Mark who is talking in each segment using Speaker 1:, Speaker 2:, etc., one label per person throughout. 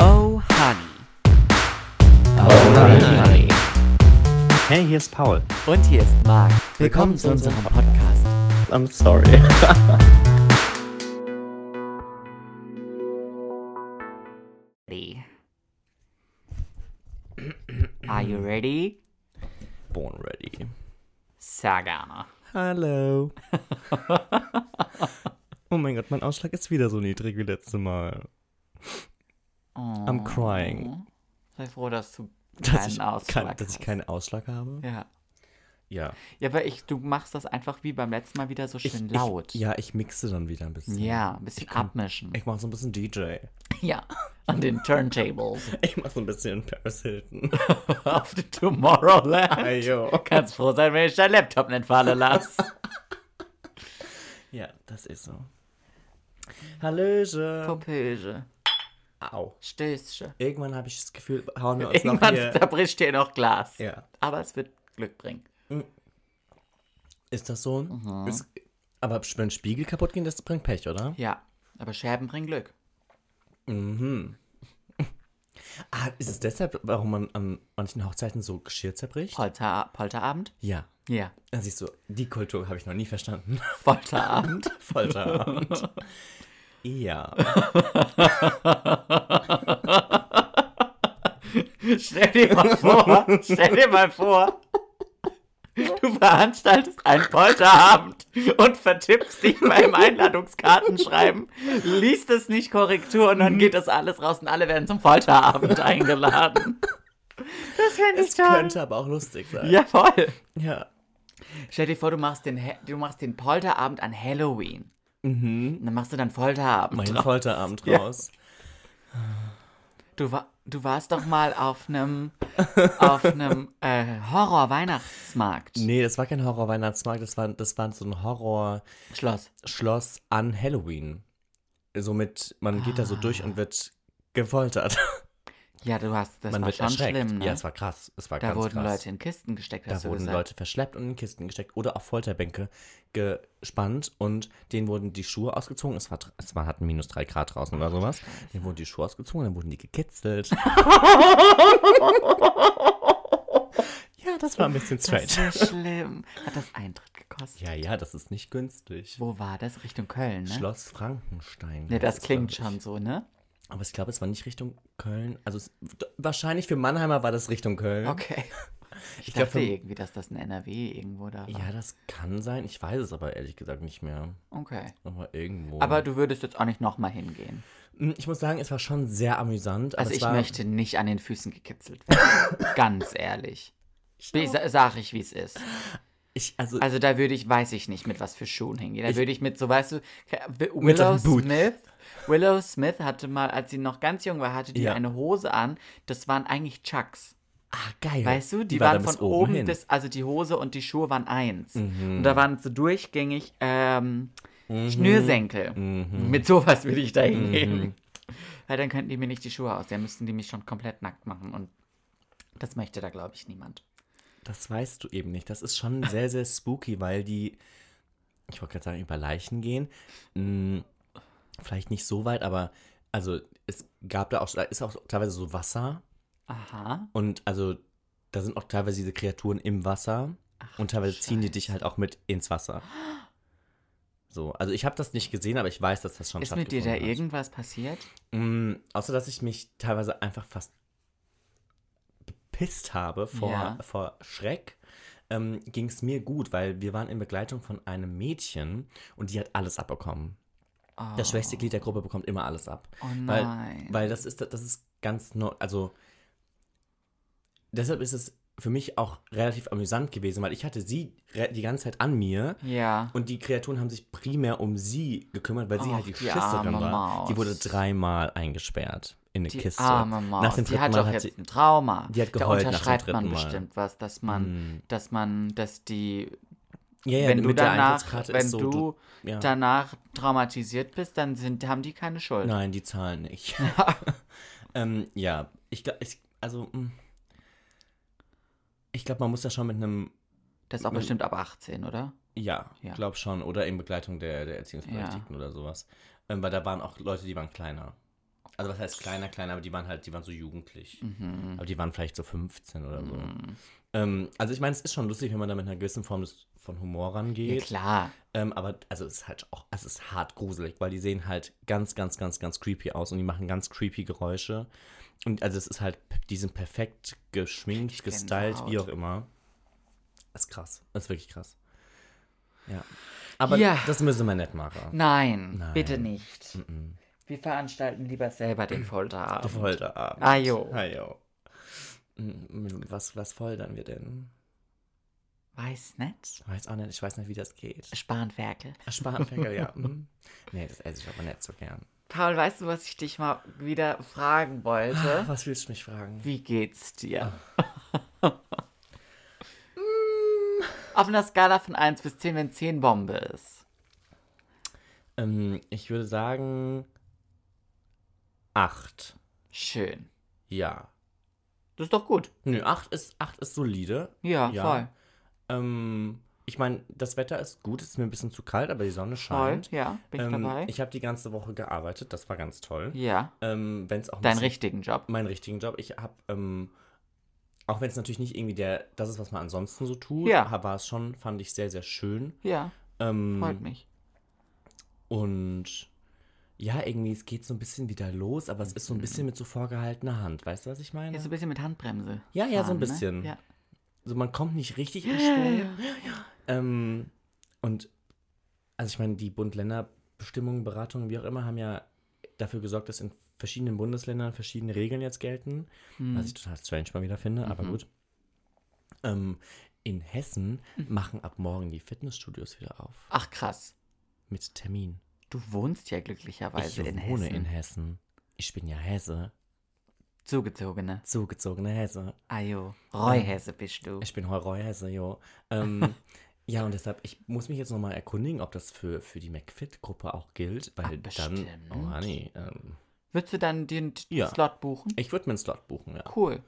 Speaker 1: Oh, Honey.
Speaker 2: Alright,
Speaker 1: Oh,
Speaker 2: honey.
Speaker 3: Hey, hier ist Paul.
Speaker 1: Und hier ist Marc. Willkommen zu unserem Podcast.
Speaker 3: I'm sorry.
Speaker 1: Ready. Are you ready?
Speaker 2: Born ready.
Speaker 1: Sehr gerne.
Speaker 2: Hallo. oh mein Gott, mein Ausschlag ist wieder so niedrig wie letztes Mal. I'm
Speaker 1: Oh,
Speaker 2: crying.
Speaker 1: Sei froh, dass du
Speaker 2: Dass
Speaker 1: keinen
Speaker 2: ich,
Speaker 1: Ausschlag
Speaker 2: kein, dass ich
Speaker 1: hast.
Speaker 2: keinen Ausschlag habe?
Speaker 1: Ja.
Speaker 2: Ja.
Speaker 1: Ja, aber ich, du machst das einfach wie beim letzten Mal wieder so schön laut.
Speaker 2: Ich, ja, ich mixe dann wieder ein bisschen.
Speaker 1: Ja, ein bisschen abmischen.
Speaker 2: Ich mache so ein bisschen DJ.
Speaker 1: Ja. An den Turntables.
Speaker 2: Ich mache so ein bisschen Paris Hilton.
Speaker 1: Auf den Tomorrowland.
Speaker 2: Ayo.
Speaker 1: Kannst froh sein, wenn ich deinen Laptop nicht fallen lasse.
Speaker 2: Ja, das ist so. Hallöche.
Speaker 1: Popöse.
Speaker 2: Au.
Speaker 1: Stößchen.
Speaker 2: Irgendwann habe ich das Gefühl, hauen wir uns noch
Speaker 1: Irgendwann
Speaker 2: hier.
Speaker 1: zerbricht dir noch Glas.
Speaker 2: Ja.
Speaker 1: Aber es wird Glück bringen.
Speaker 2: Ist das so?
Speaker 1: Mhm.
Speaker 2: Ist, aber wenn Spiegel kaputt gehen, das bringt Pech, oder?
Speaker 1: Ja. Aber Scherben bringen Glück.
Speaker 2: Ah, ist es deshalb, warum man an manchen Hochzeiten so Geschirr
Speaker 1: Ah.
Speaker 2: zerbricht?
Speaker 1: Polter, Polterabend?
Speaker 2: Ja.
Speaker 1: Ja.
Speaker 2: Dann siehst du, die Kultur habe ich noch nie verstanden.
Speaker 1: Polterabend?
Speaker 2: Folterabend. ja.
Speaker 1: stell dir mal vor, stell dir mal vor, du veranstaltest einen Polterabend und vertippst dich beim Einladungskartenschreiben, liest es nicht Korrektur und dann geht das alles raus und alle werden zum Polterabend eingeladen. Das fände ich
Speaker 2: Es
Speaker 1: toll.
Speaker 2: könnte aber auch lustig sein.
Speaker 1: Ja, voll.
Speaker 2: ja.
Speaker 1: Stell dir vor, du machst den, Ha- du machst den Polterabend an Halloween. Mhm. Und dann machst du dann Folterabend.
Speaker 2: Mein
Speaker 1: drauf.
Speaker 2: Folterabend
Speaker 1: Ja.
Speaker 2: raus.
Speaker 1: Du, wa du warst doch mal auf einem auf einem äh, Horror-Weihnachtsmarkt.
Speaker 2: Nee, das war kein Horror-Weihnachtsmarkt, das war, das war so ein Horror-Schloss
Speaker 1: Schloss.
Speaker 2: an Halloween. Somit, man geht
Speaker 1: Ah.
Speaker 2: da so durch und wird gefoltert.
Speaker 1: Ja, du hast, das
Speaker 2: Man
Speaker 1: war
Speaker 2: wird
Speaker 1: schon
Speaker 2: erschreckt.
Speaker 1: schlimm, ne?
Speaker 2: Ja, es war krass. Es war
Speaker 1: da
Speaker 2: ganz
Speaker 1: wurden
Speaker 2: krass.
Speaker 1: Leute in Kisten gesteckt,
Speaker 2: Da
Speaker 1: hast du
Speaker 2: wurden
Speaker 1: gesagt.
Speaker 2: Leute verschleppt und in Kisten gesteckt oder auf Folterbänke gespannt und denen wurden die Schuhe ausgezogen. Es war, dr- es war hatten minus drei Grad draußen oder sowas. Denen wurden die Schuhe ausgezogen, dann wurden die gekitzelt. ja, das war ein bisschen
Speaker 1: Das
Speaker 2: strange.
Speaker 1: war schlimm. Hat das Eintritt gekostet?
Speaker 2: Ja, ja, das ist nicht günstig.
Speaker 1: Wo war das? Richtung Köln, ne?
Speaker 2: Schloss Frankenstein.
Speaker 1: Ne, das
Speaker 2: ist,
Speaker 1: klingt
Speaker 2: glaub
Speaker 1: schon
Speaker 2: ich.
Speaker 1: so, ne?
Speaker 2: Aber ich glaube, es war nicht Richtung Köln. Also es, d- wahrscheinlich für Mannheimer war das Richtung Köln.
Speaker 1: Okay. Ich,
Speaker 2: glaub,
Speaker 1: dachte
Speaker 2: für-
Speaker 1: irgendwie, dass das in NRW irgendwo da war.
Speaker 2: Ja, das kann sein. Ich weiß es aber ehrlich gesagt nicht mehr.
Speaker 1: Okay.
Speaker 2: Aber irgendwo.
Speaker 1: Aber du würdest jetzt auch nicht nochmal hingehen.
Speaker 2: Mm, Ich muss sagen, es war schon sehr amüsant. aber
Speaker 1: Also
Speaker 2: es
Speaker 1: ich
Speaker 2: war,
Speaker 1: möchte nicht an den Füßen gekitzelt werden. Ganz ehrlich. Wie, sa- sag ich, wie es ist.
Speaker 2: Ich, also,
Speaker 1: Also da würde ich, weiß ich nicht, mit was für Schuhen hingehen. Da würde ich mit so, weißt du, Ke- Wi-
Speaker 2: Mit
Speaker 1: Willow
Speaker 2: solchen Boots.
Speaker 1: Smith. Willow Smith hatte mal, als sie noch ganz jung war, hatte die
Speaker 2: Ja.
Speaker 1: eine Hose an. Das waren eigentlich Chucks.
Speaker 2: ah, geil.
Speaker 1: Weißt du, die,
Speaker 2: war
Speaker 1: waren
Speaker 2: da bis
Speaker 1: von oben,
Speaker 2: hin. Mhm.
Speaker 1: bis, also die Hose und die Schuhe waren eins. Und da waren so durchgängig ähm, Schnürsenkel.
Speaker 2: Mhm.
Speaker 1: Mit sowas würde ich da hingehen. Weil dann könnten die mir nicht die Schuhe aus, dann müssten die mich schon komplett nackt machen. Und das möchte da, glaube ich, niemand.
Speaker 2: Das weißt du eben nicht. Das ist schon sehr, sehr spooky, weil die, ich wollte gerade sagen, über Leichen gehen. Mm, vielleicht nicht so weit, aber also es gab da auch, da ist auch teilweise so Wasser.
Speaker 1: Aha.
Speaker 2: Und also da sind auch teilweise diese Kreaturen im Wasser. und teilweise ziehen die dich halt auch mit ins Wasser. So, also ich habe das nicht gesehen, aber ich weiß, dass das schon
Speaker 1: Ist mit dir da
Speaker 2: stattgefunden hat.
Speaker 1: irgendwas passiert?
Speaker 2: Mm, außer dass ich mich teilweise einfach fast bepisst habe vor,
Speaker 1: Ja.
Speaker 2: vor Schreck, ähm, ging es mir gut, weil wir waren in Begleitung von einem Mädchen und die hat alles abbekommen. Das schwächste Glied der Gruppe bekommt immer alles ab.
Speaker 1: Oh
Speaker 2: weil,
Speaker 1: nein.
Speaker 2: weil das ist das ist ganz neu, also deshalb ist es für mich auch relativ amüsant gewesen, weil ich hatte sie re- die ganze Zeit an mir
Speaker 1: ja.
Speaker 2: und die Kreaturen haben sich primär um sie gekümmert, weil sie
Speaker 1: Och,
Speaker 2: halt die,
Speaker 1: die
Speaker 2: Schisserin
Speaker 1: arme
Speaker 2: war. Die wurde
Speaker 1: Maus.
Speaker 2: dreimal eingesperrt in eine
Speaker 1: Die
Speaker 2: Kiste.
Speaker 1: arme Maus.
Speaker 2: Nach dem
Speaker 1: die
Speaker 2: dritten
Speaker 1: hat
Speaker 2: Mal
Speaker 1: doch
Speaker 2: hat
Speaker 1: jetzt
Speaker 2: sie,
Speaker 1: ein Trauma.
Speaker 2: Die hat
Speaker 1: da
Speaker 2: geheult nach dem
Speaker 1: unterschreibt man
Speaker 2: dritten Mal.
Speaker 1: bestimmt was, dass man, dass man, dass die,
Speaker 2: Mm. ja, ja,
Speaker 1: wenn du
Speaker 2: mit der
Speaker 1: danach,
Speaker 2: Eintrittskarte
Speaker 1: wenn
Speaker 2: ist so,
Speaker 1: du,
Speaker 2: ja.
Speaker 1: danach traumatisiert bist, dann sind, haben die keine Schuld.
Speaker 2: nein, die zahlen nicht. ähm, ja, ich glaube, ich, also, mh. ich glaube, man muss da schon mit einem,
Speaker 1: Das ist auch
Speaker 2: wenn-
Speaker 1: bestimmt ab 18, oder?
Speaker 2: ja,
Speaker 1: Ja.
Speaker 2: glaube schon, oder in Begleitung der, der Erziehungsberechtigten oder sowas, ähm, weil da waren auch Leute, die waren kleiner. Also was heißt kleiner, kleiner, aber die waren halt, die waren so jugendlich.
Speaker 1: Mhm.
Speaker 2: Aber die waren vielleicht so 15 oder so.
Speaker 1: Mhm.
Speaker 2: Ähm, also ich meine, es ist schon lustig, wenn man da mit einer gewissen Form des, von Humor
Speaker 1: Ja,
Speaker 2: rangeht.
Speaker 1: klar.
Speaker 2: ähm, aber also es ist halt auch, es ist hart gruselig, weil die sehen halt ganz, ganz, ganz, ganz creepy aus und die machen ganz creepy Geräusche. Und also es ist halt, die sind perfekt geschminkt,
Speaker 1: krieg
Speaker 2: gestylt, wie auch
Speaker 1: Gänsehaut.
Speaker 2: immer. Ist krass. Ist wirklich krass. Ja. Aber
Speaker 1: Ja.
Speaker 2: das müssen wir nicht machen.
Speaker 1: Nein,
Speaker 2: Nein. Hm.
Speaker 1: bitte nicht.
Speaker 2: Mhm.
Speaker 1: Wir veranstalten lieber selber den Folterabend.
Speaker 2: Folterabend.
Speaker 1: Ajo.
Speaker 2: Ajo. Mm, Ah, Was, was foltern wir denn?
Speaker 1: Weiß nicht.
Speaker 2: Weiß auch nicht, ich weiß nicht, wie das geht.
Speaker 1: Spanferkel.
Speaker 2: Spanferkel, ja. mhm. Nee, das esse ich aber nicht so gern.
Speaker 1: Paul, weißt du, was ich dich mal wieder fragen wollte?
Speaker 2: Was willst du mich fragen?
Speaker 1: Wie geht's dir?
Speaker 2: Ah.
Speaker 1: Auf einer Skala von 1 bis 10, wenn 10 Bombe ist.
Speaker 2: Ähm, ich würde sagen. Acht.
Speaker 1: Schön.
Speaker 2: Ja.
Speaker 1: Das ist doch gut.
Speaker 2: Nö, acht ist, acht ist solide.
Speaker 1: Ja, voll.
Speaker 2: Ähm, ich meine, das Wetter ist gut, es ist mir ein bisschen zu kalt, aber die
Speaker 1: Voll,
Speaker 2: Sonne scheint.
Speaker 1: ja. Bin ich
Speaker 2: ähm,
Speaker 1: dabei?
Speaker 2: Ich habe die ganze Woche gearbeitet, das war ganz toll.
Speaker 1: ja.
Speaker 2: Ähm, wenn's auch ein
Speaker 1: Deinen
Speaker 2: bisschen-
Speaker 1: richtigen Job.
Speaker 2: meinen richtigen Job. Ich habe, ähm, auch wenn es natürlich nicht irgendwie der, das ist, was man ansonsten so tut,
Speaker 1: Ja.
Speaker 2: ha- war es schon, fand ich sehr, sehr schön.
Speaker 1: Ja,
Speaker 2: Ähm,
Speaker 1: freut mich.
Speaker 2: Und ja, irgendwie, es geht so ein bisschen wieder los, aber es ist so ein
Speaker 1: Mhm.
Speaker 2: bisschen mit so vorgehaltener Hand. Weißt du, was ich meine?
Speaker 1: Jetzt ein bisschen mit Handbremse.
Speaker 2: Ja, Genau. ja, so
Speaker 1: fahren, ne?
Speaker 2: ein bisschen.
Speaker 1: Ja.
Speaker 2: So, man kommt nicht richtig in Schwung. Ähm, und, also ich meine, die Bund-Länder-Bestimmungen, Beratungen, wie auch immer, haben ja dafür gesorgt, dass in verschiedenen Bundesländern verschiedene Regeln jetzt gelten.
Speaker 1: Mhm.
Speaker 2: Was ich total strange mal wieder finde, aber gut. Ähm, in Hessen
Speaker 1: Mhm.
Speaker 2: machen ab morgen die Fitnessstudios wieder auf.
Speaker 1: Ach krass.
Speaker 2: Mit Termin.
Speaker 1: Du wohnst ja glücklicherweise
Speaker 2: ich
Speaker 1: Also in
Speaker 2: wohne
Speaker 1: Hessen.
Speaker 2: in Hessen. Ich bin ja Hesse.
Speaker 1: Zugezogene.
Speaker 2: Zugezogene Hesse.
Speaker 1: Ajo. Reuhäse bist du.
Speaker 2: Ich bin Heureu Hesse, jo. Ähm, ja, und deshalb, ich muss mich jetzt nochmal erkundigen, ob das für, für die McFit-Gruppe auch gilt, weil
Speaker 1: Ah,
Speaker 2: dann.
Speaker 1: bestimmt.
Speaker 2: Oh, honey. Ähm,
Speaker 1: Würdest du dann den T-
Speaker 2: Ja.
Speaker 1: Slot buchen?
Speaker 2: ich würde mir einen Slot buchen, ja.
Speaker 1: Cool.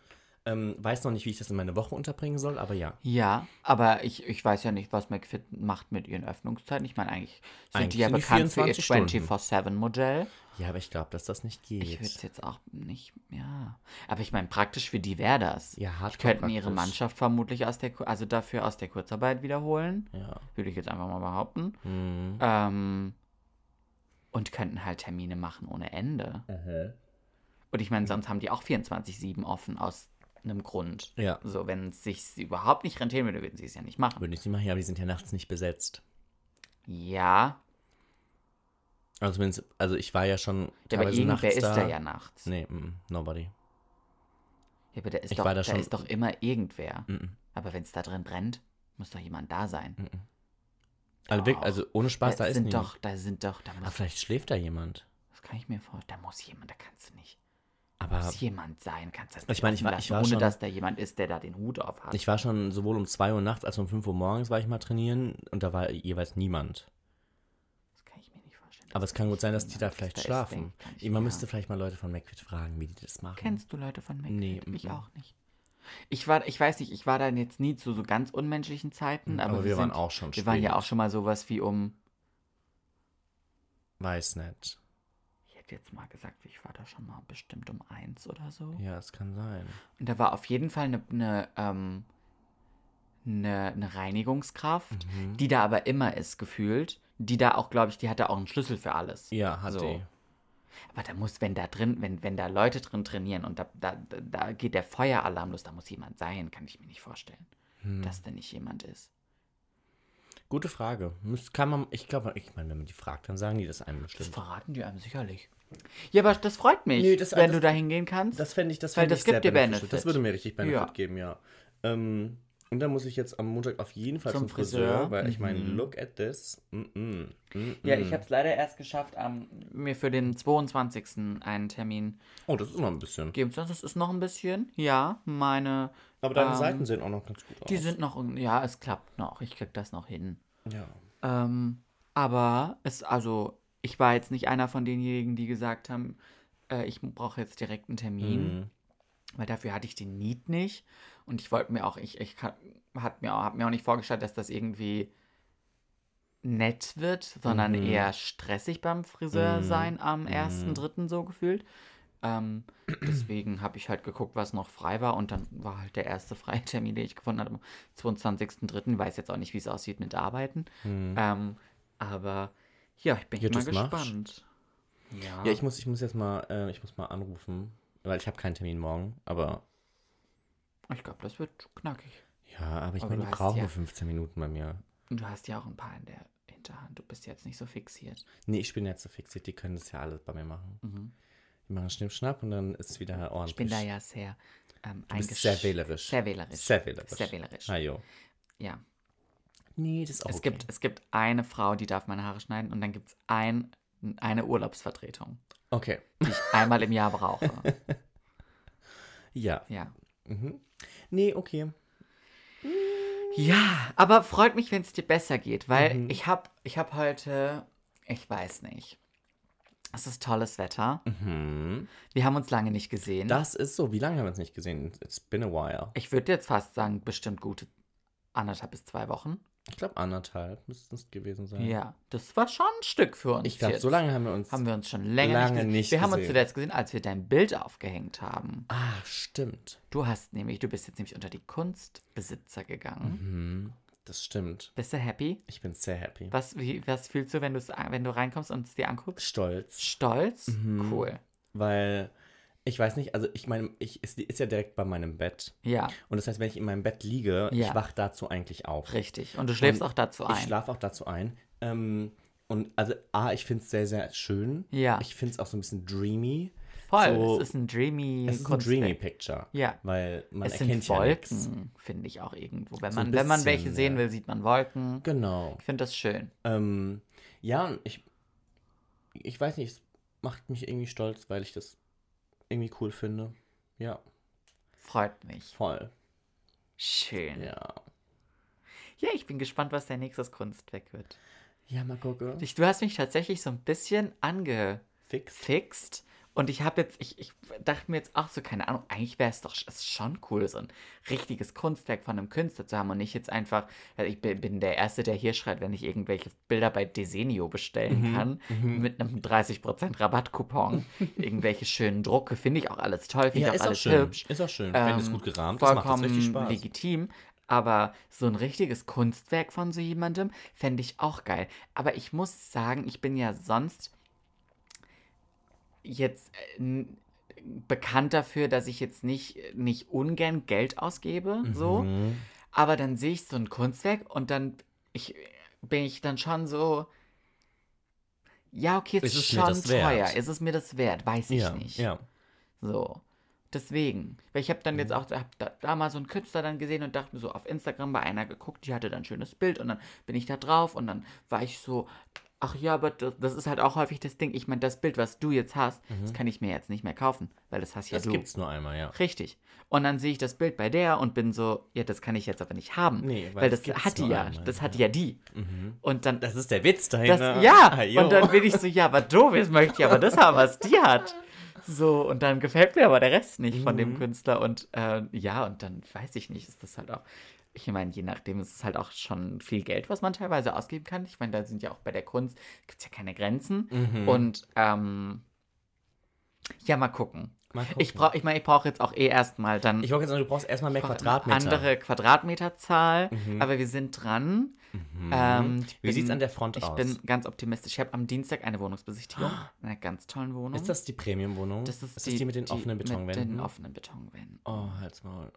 Speaker 2: Ähm, weiß noch nicht, wie ich das in meine Woche unterbringen soll, aber ja.
Speaker 1: Ja, aber ich, ich weiß ja nicht, was McFit macht mit ihren Öffnungszeiten. Ich meine, eigentlich sind
Speaker 2: Eigentlich
Speaker 1: die ja
Speaker 2: sind die
Speaker 1: bekannt für ihr
Speaker 2: 24 Stunden.
Speaker 1: 24-7-Modell.
Speaker 2: Ja, aber ich glaube, dass das nicht geht.
Speaker 1: Ich würde es jetzt auch nicht, ja. Aber ich meine, praktisch für die wäre das.
Speaker 2: Ja, hardcore
Speaker 1: Könnten ihre
Speaker 2: praktisch.
Speaker 1: Mannschaft vermutlich aus der, Ku- also dafür aus der Kurzarbeit wiederholen.
Speaker 2: Ja.
Speaker 1: Würde ich jetzt einfach mal behaupten.
Speaker 2: Hm.
Speaker 1: Ähm, und könnten halt Termine machen ohne Ende. Und ich
Speaker 2: Mhm.
Speaker 1: meine, sonst haben die auch 24-7 offen aus einem Grund.
Speaker 2: Ja.
Speaker 1: So, wenn es sich überhaupt nicht rentieren würde, würden sie es ja nicht machen.
Speaker 2: Würde ich nicht machen, ja, aber die sind ja nachts nicht besetzt.
Speaker 1: Ja,
Speaker 2: Also, zumindest- also ich war ja schon.
Speaker 1: ja aber
Speaker 2: teilweise
Speaker 1: irgendwer
Speaker 2: nachts
Speaker 1: ist da ja nachts.
Speaker 2: Nee, mm, nobody.
Speaker 1: Ja, aber da ist,
Speaker 2: Ich
Speaker 1: doch,
Speaker 2: war
Speaker 1: da
Speaker 2: da schon-
Speaker 1: ist doch immer irgendwer.
Speaker 2: Mm-mm.
Speaker 1: Aber wenn es da drin brennt, muss doch jemand da sein.
Speaker 2: Mhm. Also, wirklich,
Speaker 1: Doch.
Speaker 2: also ohne Spaß, da, ist
Speaker 1: sind
Speaker 2: niemand.
Speaker 1: doch, da sind doch, da
Speaker 2: Aber
Speaker 1: muss,
Speaker 2: vielleicht schläft da jemand.
Speaker 1: das kann ich mir vorstellen, da muss jemand, da kannst du nicht.
Speaker 2: Aber
Speaker 1: Muss jemand sein, kannst du das
Speaker 2: Ich meine, ich
Speaker 1: offen
Speaker 2: war- ich
Speaker 1: lassen,
Speaker 2: war
Speaker 1: ohne
Speaker 2: schon-
Speaker 1: dass da jemand ist, der da den Hut auf hat.
Speaker 2: ich war schon sowohl um 2 Uhr nachts als auch um 5 Uhr morgens war ich mal trainieren und da war jeweils niemand.
Speaker 1: das kann ich mir nicht vorstellen.
Speaker 2: Aber es kann gut sein, dass die da
Speaker 1: Niemand, dass
Speaker 2: vielleicht
Speaker 1: da ist,
Speaker 2: schlafen.
Speaker 1: denkt, kann ich-
Speaker 2: Man
Speaker 1: ja.
Speaker 2: müsste vielleicht mal Leute von McQuid fragen, wie die das machen.
Speaker 1: Kennst du Leute von McFit?
Speaker 2: Nee,
Speaker 1: ich
Speaker 2: mhm.
Speaker 1: auch nicht. Ich war, ich weiß nicht, ich war dann jetzt nie zu so ganz unmenschlichen Zeiten, aber,
Speaker 2: Mm, Aber wir waren
Speaker 1: sind,
Speaker 2: auch schon
Speaker 1: Wir waren ja
Speaker 2: spät.
Speaker 1: auch schon mal sowas wie um,
Speaker 2: Weiß nicht.
Speaker 1: ich hätte jetzt mal gesagt, ich war da schon mal bestimmt um eins oder so.
Speaker 2: Ja, es kann sein.
Speaker 1: Und da war auf jeden Fall eine, eine, ähm, eine, eine Reinigungskraft,
Speaker 2: Mhm.
Speaker 1: die da aber immer ist, gefühlt. Die da auch, glaube ich, die hatte auch einen Schlüssel für alles.
Speaker 2: Ja, hat
Speaker 1: So.
Speaker 2: die.
Speaker 1: Aber da muss, wenn da drin, wenn, wenn da Leute drin trainieren und da, da, da- da geht der Feueralarm los, da muss jemand sein, kann ich mir nicht vorstellen, dass da nicht jemand ist.
Speaker 2: Gute Frage. Müsst, kann man, ich glaube, ich meine, wenn man die fragt, dann sagen die das einem
Speaker 1: Das
Speaker 2: bestimmt.
Speaker 1: verraten die einem sicherlich. Ja, aber das freut mich,
Speaker 2: Nee, das-
Speaker 1: wenn
Speaker 2: das-
Speaker 1: du da hingehen kannst.
Speaker 2: Das fände ich, das
Speaker 1: Weil
Speaker 2: fände
Speaker 1: das
Speaker 2: ich
Speaker 1: gibt dir
Speaker 2: beneficial.
Speaker 1: Benefit.
Speaker 2: Das würde mir richtig Benefit
Speaker 1: Ja.
Speaker 2: geben, ja. Ähm, und dann muss ich jetzt am Montag auf jeden Fall
Speaker 1: Zum
Speaker 2: zum, Friseur,
Speaker 1: Friseur. Mhm.
Speaker 2: weil ich meine, look at this. Mm -mm. Mm
Speaker 1: ja, ich habe es leider erst geschafft, am- mir für den 22. einen Termin
Speaker 2: Oh, das ist noch ein bisschen.
Speaker 1: geben zu lassen. Das ist noch ein bisschen, ja, meine,
Speaker 2: Aber deine Seiten sehen auch noch ganz gut aus.
Speaker 1: Ähm, die sind noch, ja, es klappt noch, ich krieg das noch hin.
Speaker 2: Ja.
Speaker 1: Ähm, aber es, also, ich war jetzt nicht einer von denjenigen, die gesagt haben, äh, ich brauche jetzt direkt einen Termin,
Speaker 2: Mhm.
Speaker 1: weil dafür hatte ich den Need nicht. Und ich wollte mir auch, ich, ich kann, hat mir auch, hab mir auch nicht vorgestellt, dass das irgendwie nett wird, sondern
Speaker 2: Mhm.
Speaker 1: eher stressig beim Friseur
Speaker 2: Mhm.
Speaker 1: sein am
Speaker 2: Mhm.
Speaker 1: 1.3. so gefühlt. Ähm, deswegen habe ich halt geguckt, was noch frei war. Und dann war halt der erste freie Termin, den ich gefunden hatte, am 22.03. Weiß jetzt auch nicht, wie es aussieht mit Arbeiten. Ähm, aber ja, ich bin
Speaker 2: Mhm. Ja,
Speaker 1: mal
Speaker 2: das machst.
Speaker 1: gespannt. Ja,
Speaker 2: Ja, ich muss, ich muss jetzt mal, äh, ich muss mal anrufen, weil ich habe keinen Termin morgen, aber
Speaker 1: ich glaube, das wird knackig.
Speaker 2: ja, aber ich
Speaker 1: Aber Oh, du
Speaker 2: meine, die
Speaker 1: hast
Speaker 2: brauchen
Speaker 1: ja-
Speaker 2: nur 15 Minuten bei mir.
Speaker 1: Und du hast ja auch ein paar in der Hinterhand. Du bist jetzt nicht so fixiert.
Speaker 2: Nee, ich bin jetzt so fixiert, die können das ja alles bei mir machen. Die machen Schnippschnapp und dann ist es wieder ordentlich.
Speaker 1: Mhm. Ich bin da ja sehr ähm,
Speaker 2: bist
Speaker 1: eingesch-
Speaker 2: sehr wählerisch.
Speaker 1: Sehr wählerisch.
Speaker 2: Sehr wählerisch.
Speaker 1: Sehr wählerisch.
Speaker 2: Ah, jo.
Speaker 1: Ja.
Speaker 2: Nee, das ist auch
Speaker 1: Es,
Speaker 2: okay.
Speaker 1: gibt, es gibt eine Frau, die darf meine Haare schneiden und dann gibt es ein, eine Urlaubsvertretung,
Speaker 2: Okay.
Speaker 1: die ich einmal im Jahr brauche.
Speaker 2: Ja.
Speaker 1: Ja.
Speaker 2: Nee, okay.
Speaker 1: Ja, aber freut mich, wenn es dir besser geht, weil
Speaker 2: Mhm.
Speaker 1: ich habe ich hab heute, ich weiß nicht. Es ist tolles Wetter. Wir haben uns lange nicht gesehen.
Speaker 2: Mhm. Das ist so. Wie lange haben wir uns nicht gesehen? It's been a while.
Speaker 1: ich würde jetzt fast sagen, bestimmt gute anderthalb bis zwei Wochen.
Speaker 2: Ich glaube, anderthalb müssten es gewesen sein.
Speaker 1: Ja, das war schon ein Stück für uns.
Speaker 2: Ich glaube,
Speaker 1: jetzt.
Speaker 2: so lange haben wir uns.
Speaker 1: haben wir uns schon länger
Speaker 2: Lange
Speaker 1: nicht gesehen.
Speaker 2: nicht
Speaker 1: wir haben uns
Speaker 2: gesehen.
Speaker 1: zuletzt gesehen, als wir dein Bild aufgehängt haben.
Speaker 2: ah, stimmt.
Speaker 1: Du hast nämlich, du bist jetzt nämlich unter die Kunstbesitzer gegangen.
Speaker 2: Mhm. Das stimmt.
Speaker 1: Bist du happy?
Speaker 2: Ich bin sehr happy.
Speaker 1: Was, wie, was fühlst du, wenn, du's an- wenn du reinkommst und es dir anguckst?
Speaker 2: Stolz,
Speaker 1: Stolz?
Speaker 2: Mhm.
Speaker 1: Cool.
Speaker 2: weil ich weiß nicht, also ich meine, ich es ist ja direkt bei meinem Bett.
Speaker 1: Ja,
Speaker 2: Und das heißt, wenn ich in meinem Bett liege,
Speaker 1: Ja.
Speaker 2: ich wach dazu eigentlich auf.
Speaker 1: richtig. Und du schläfst
Speaker 2: Und
Speaker 1: auch dazu
Speaker 2: Ich
Speaker 1: ein.
Speaker 2: schlafe auch dazu ein. Ähm, und also, A, ich finde es sehr, sehr schön.
Speaker 1: Ja.
Speaker 2: Ich finde es auch so ein bisschen dreamy.
Speaker 1: Voll.
Speaker 2: So,
Speaker 1: es ist ein dreamy
Speaker 2: es ist ein
Speaker 1: Kunstwerk.
Speaker 2: dreamy Picture.
Speaker 1: Ja.
Speaker 2: Weil man
Speaker 1: Es
Speaker 2: erkennt
Speaker 1: sind
Speaker 2: ja nichts.
Speaker 1: Wolken, finde ich auch irgendwo. Wenn
Speaker 2: So ein
Speaker 1: man, wenn man
Speaker 2: bisschen,
Speaker 1: welche sehen
Speaker 2: ja.
Speaker 1: will, sieht man Wolken.
Speaker 2: Genau.
Speaker 1: Ich finde das schön.
Speaker 2: Ähm, ja, und ich, ich weiß nicht, es macht mich irgendwie stolz, weil ich das irgendwie cool finde. Ja,
Speaker 1: Freut mich.
Speaker 2: voll.
Speaker 1: Schön.
Speaker 2: Ja.
Speaker 1: ja, ich bin gespannt, was dein nächstes Kunstwerk wird.
Speaker 2: Ja, mal gucken.
Speaker 1: Ich, du hast mich tatsächlich so ein bisschen angefixt
Speaker 2: Fix.
Speaker 1: und ich habe jetzt, ich, ich dachte mir jetzt auch so, keine Ahnung, eigentlich wäre es doch sch- es ist schon cool, so ein richtiges Kunstwerk von einem Künstler zu haben und nicht jetzt einfach, also ich bin, bin der Erste, der hier schreit, wenn ich irgendwelche Bilder bei Desenio
Speaker 2: Mhm,
Speaker 1: bestellen kann, mit einem 30% Rabattcoupon, irgendwelche schönen Drucke, finde ich auch alles toll, finde
Speaker 2: Ja,
Speaker 1: ich
Speaker 2: ist
Speaker 1: auch
Speaker 2: auch
Speaker 1: alles
Speaker 2: schön.
Speaker 1: hübsch.
Speaker 2: Ist auch schön.
Speaker 1: Ähm,
Speaker 2: Wenn es gut gerahmt ist, macht
Speaker 1: vollkommen
Speaker 2: es richtig Spaß.
Speaker 1: legitim. Aber so ein richtiges Kunstwerk von so jemandem fände ich auch geil. Aber ich muss sagen, ich bin ja sonst jetzt äh, n- bekannt dafür, dass ich jetzt nicht, nicht ungern Geld ausgebe. So.
Speaker 2: Mhm.
Speaker 1: Aber dann sehe ich so ein Kunstwerk und dann ich, bin ich dann schon so. Ja, okay, es ist,
Speaker 2: Ist es mir
Speaker 1: schon
Speaker 2: das wert?
Speaker 1: teuer. Ist es mir das wert? Weiß ich
Speaker 2: Ja,
Speaker 1: nicht.
Speaker 2: ja.
Speaker 1: So. Deswegen. Weil ich habe dann
Speaker 2: Mhm.
Speaker 1: jetzt auch, hab da, da mal so einen Künstler dann gesehen und dachte mir so auf Instagram bei einer geguckt, die hatte dann ein schönes Bild und dann bin ich da drauf und dann war ich so, ach ja, aber das, das ist halt auch häufig das Ding. Ich meine, das Bild, was du jetzt hast, das kann ich mir jetzt nicht mehr kaufen, weil das hast ja
Speaker 2: Mhm. Das
Speaker 1: du.
Speaker 2: gibt's nur einmal, ja.
Speaker 1: Richtig. Und dann sehe ich das Bild bei der und bin so, ja, das kann ich jetzt aber nicht haben.
Speaker 2: Nee,
Speaker 1: weil,
Speaker 2: weil
Speaker 1: das,
Speaker 2: das gibt's
Speaker 1: hat die
Speaker 2: nur
Speaker 1: ja,
Speaker 2: einmal, Mhm.
Speaker 1: das hat ja die. Und dann,
Speaker 2: Das ist der Witz
Speaker 1: das,
Speaker 2: dahinter.
Speaker 1: ja,
Speaker 2: Ah, jo.
Speaker 1: und dann bin ich so, ja, aber doof, jetzt möchte ich aber das haben, was die hat. So, und dann gefällt mir aber der Rest nicht von
Speaker 2: Mhm.
Speaker 1: dem Künstler. Und äh, ja, und dann weiß ich nicht, ist das halt auch, ich meine, je nachdem ist es halt auch schon viel Geld, was man teilweise ausgeben kann. Ich meine, da sind ja auch bei der Kunst, gibt es ja keine Grenzen.
Speaker 2: Mhm.
Speaker 1: Und ähm, ja, mal gucken.
Speaker 2: Mal gucken.
Speaker 1: Ich brauche, ich meine, ich brauche jetzt auch eh erstmal dann
Speaker 2: Ich wollte jetzt sagen, du brauchst erstmal mehr
Speaker 1: brauche
Speaker 2: Quadratmeter. Mhm.
Speaker 1: eine andere Quadratmeterzahl, aber wir sind dran. Ähm, ich
Speaker 2: Wie sieht's an der Front
Speaker 1: ich
Speaker 2: aus?
Speaker 1: Ich bin ganz optimistisch. Ich habe am Dienstag eine Wohnungsbesichtigung in einer ganz tollen Wohnung.
Speaker 2: Ist das die Premium-Wohnung?
Speaker 1: das ist,
Speaker 2: die, mit den offenen
Speaker 1: Mit
Speaker 2: Betonwänden?
Speaker 1: den Mm. offenen Betonwänden.
Speaker 2: oh, halt's Maul.